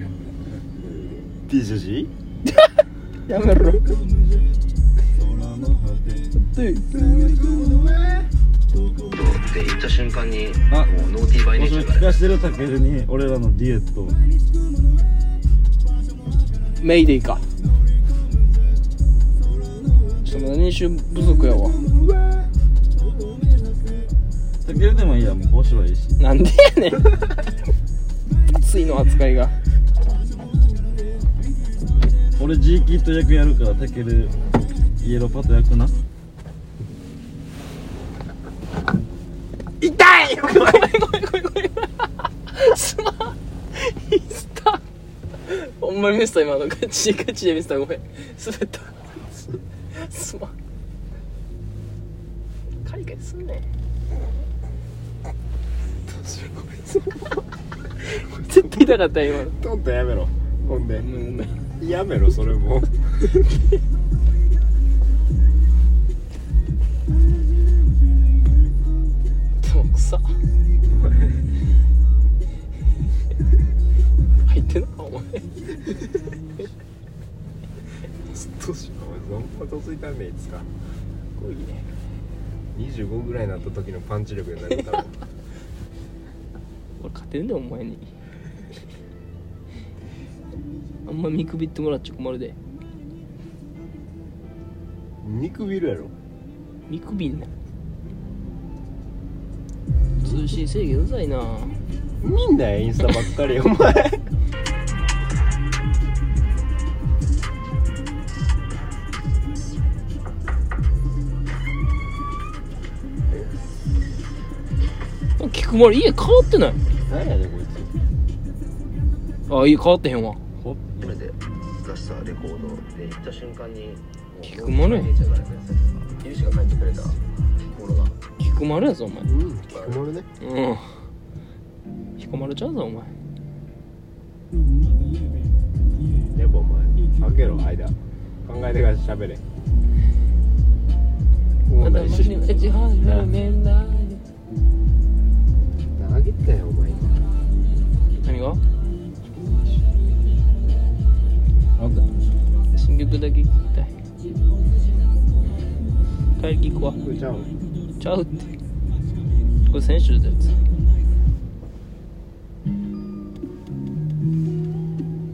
Speaker 5: T シャジ
Speaker 3: やめろ
Speaker 4: って言った瞬間に
Speaker 7: あ
Speaker 4: もうノーティーバイネーショ
Speaker 7: それ
Speaker 4: ンが
Speaker 7: 聞かしてるたけるに俺らのディエット
Speaker 3: メイデイかちょっとまだ練習不足やわ
Speaker 7: たけるでもいいやもう面白いいし
Speaker 3: なんでやねん熱いの扱いが
Speaker 7: 俺 G キット役やるからたけるイエローパッド役な
Speaker 3: 痛いごめんごめんごめんごめんすまんインスタお前まり見せた今のガチガチで見せたごめん滑ったすまんカリカリすんね
Speaker 5: どうしようこいつ
Speaker 3: 絶対痛かったよ今の
Speaker 5: トントンやめろほんで
Speaker 3: ごめんごめん
Speaker 5: やめろそれも
Speaker 3: でも臭っ入ってんのかお前
Speaker 5: どうしようお前ゾンパとついたんねいつか
Speaker 3: ごいね
Speaker 5: 25ぐらいになった時のパンチ力になるから
Speaker 3: 俺勝てんだよお前にあんま見くびってもらっちゃ困るで
Speaker 5: 肉ビルやろ
Speaker 3: 見くびんな通信制限うざいな
Speaker 5: みんなやインスタばっかりお前
Speaker 3: 菊丸家変わってない
Speaker 5: 何やねんこいつ
Speaker 3: あ家変わってへんわ
Speaker 8: これで出したレコードで行った瞬間に
Speaker 3: 聞くものや
Speaker 8: ねえじゃないのやつゆうしが帰ってくれた頃が
Speaker 3: 菊丸やぞお前
Speaker 5: うん聞くもるね
Speaker 3: うん彦丸ちゃうぞお前
Speaker 5: やっぱお前開けろ間考えてから喋れもうないしあげたよお前今
Speaker 3: 何が新曲だけ聞きたい帰り聞くわ
Speaker 5: これちゃうん
Speaker 3: ちゃうってこれ先週のやつ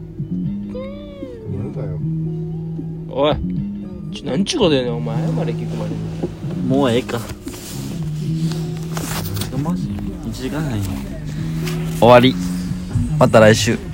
Speaker 5: なんだよ
Speaker 3: おいちょ何ちゅうことやねんお前謝れ聞くまで
Speaker 4: もうええかマジ1時間ないよ終わりまた来週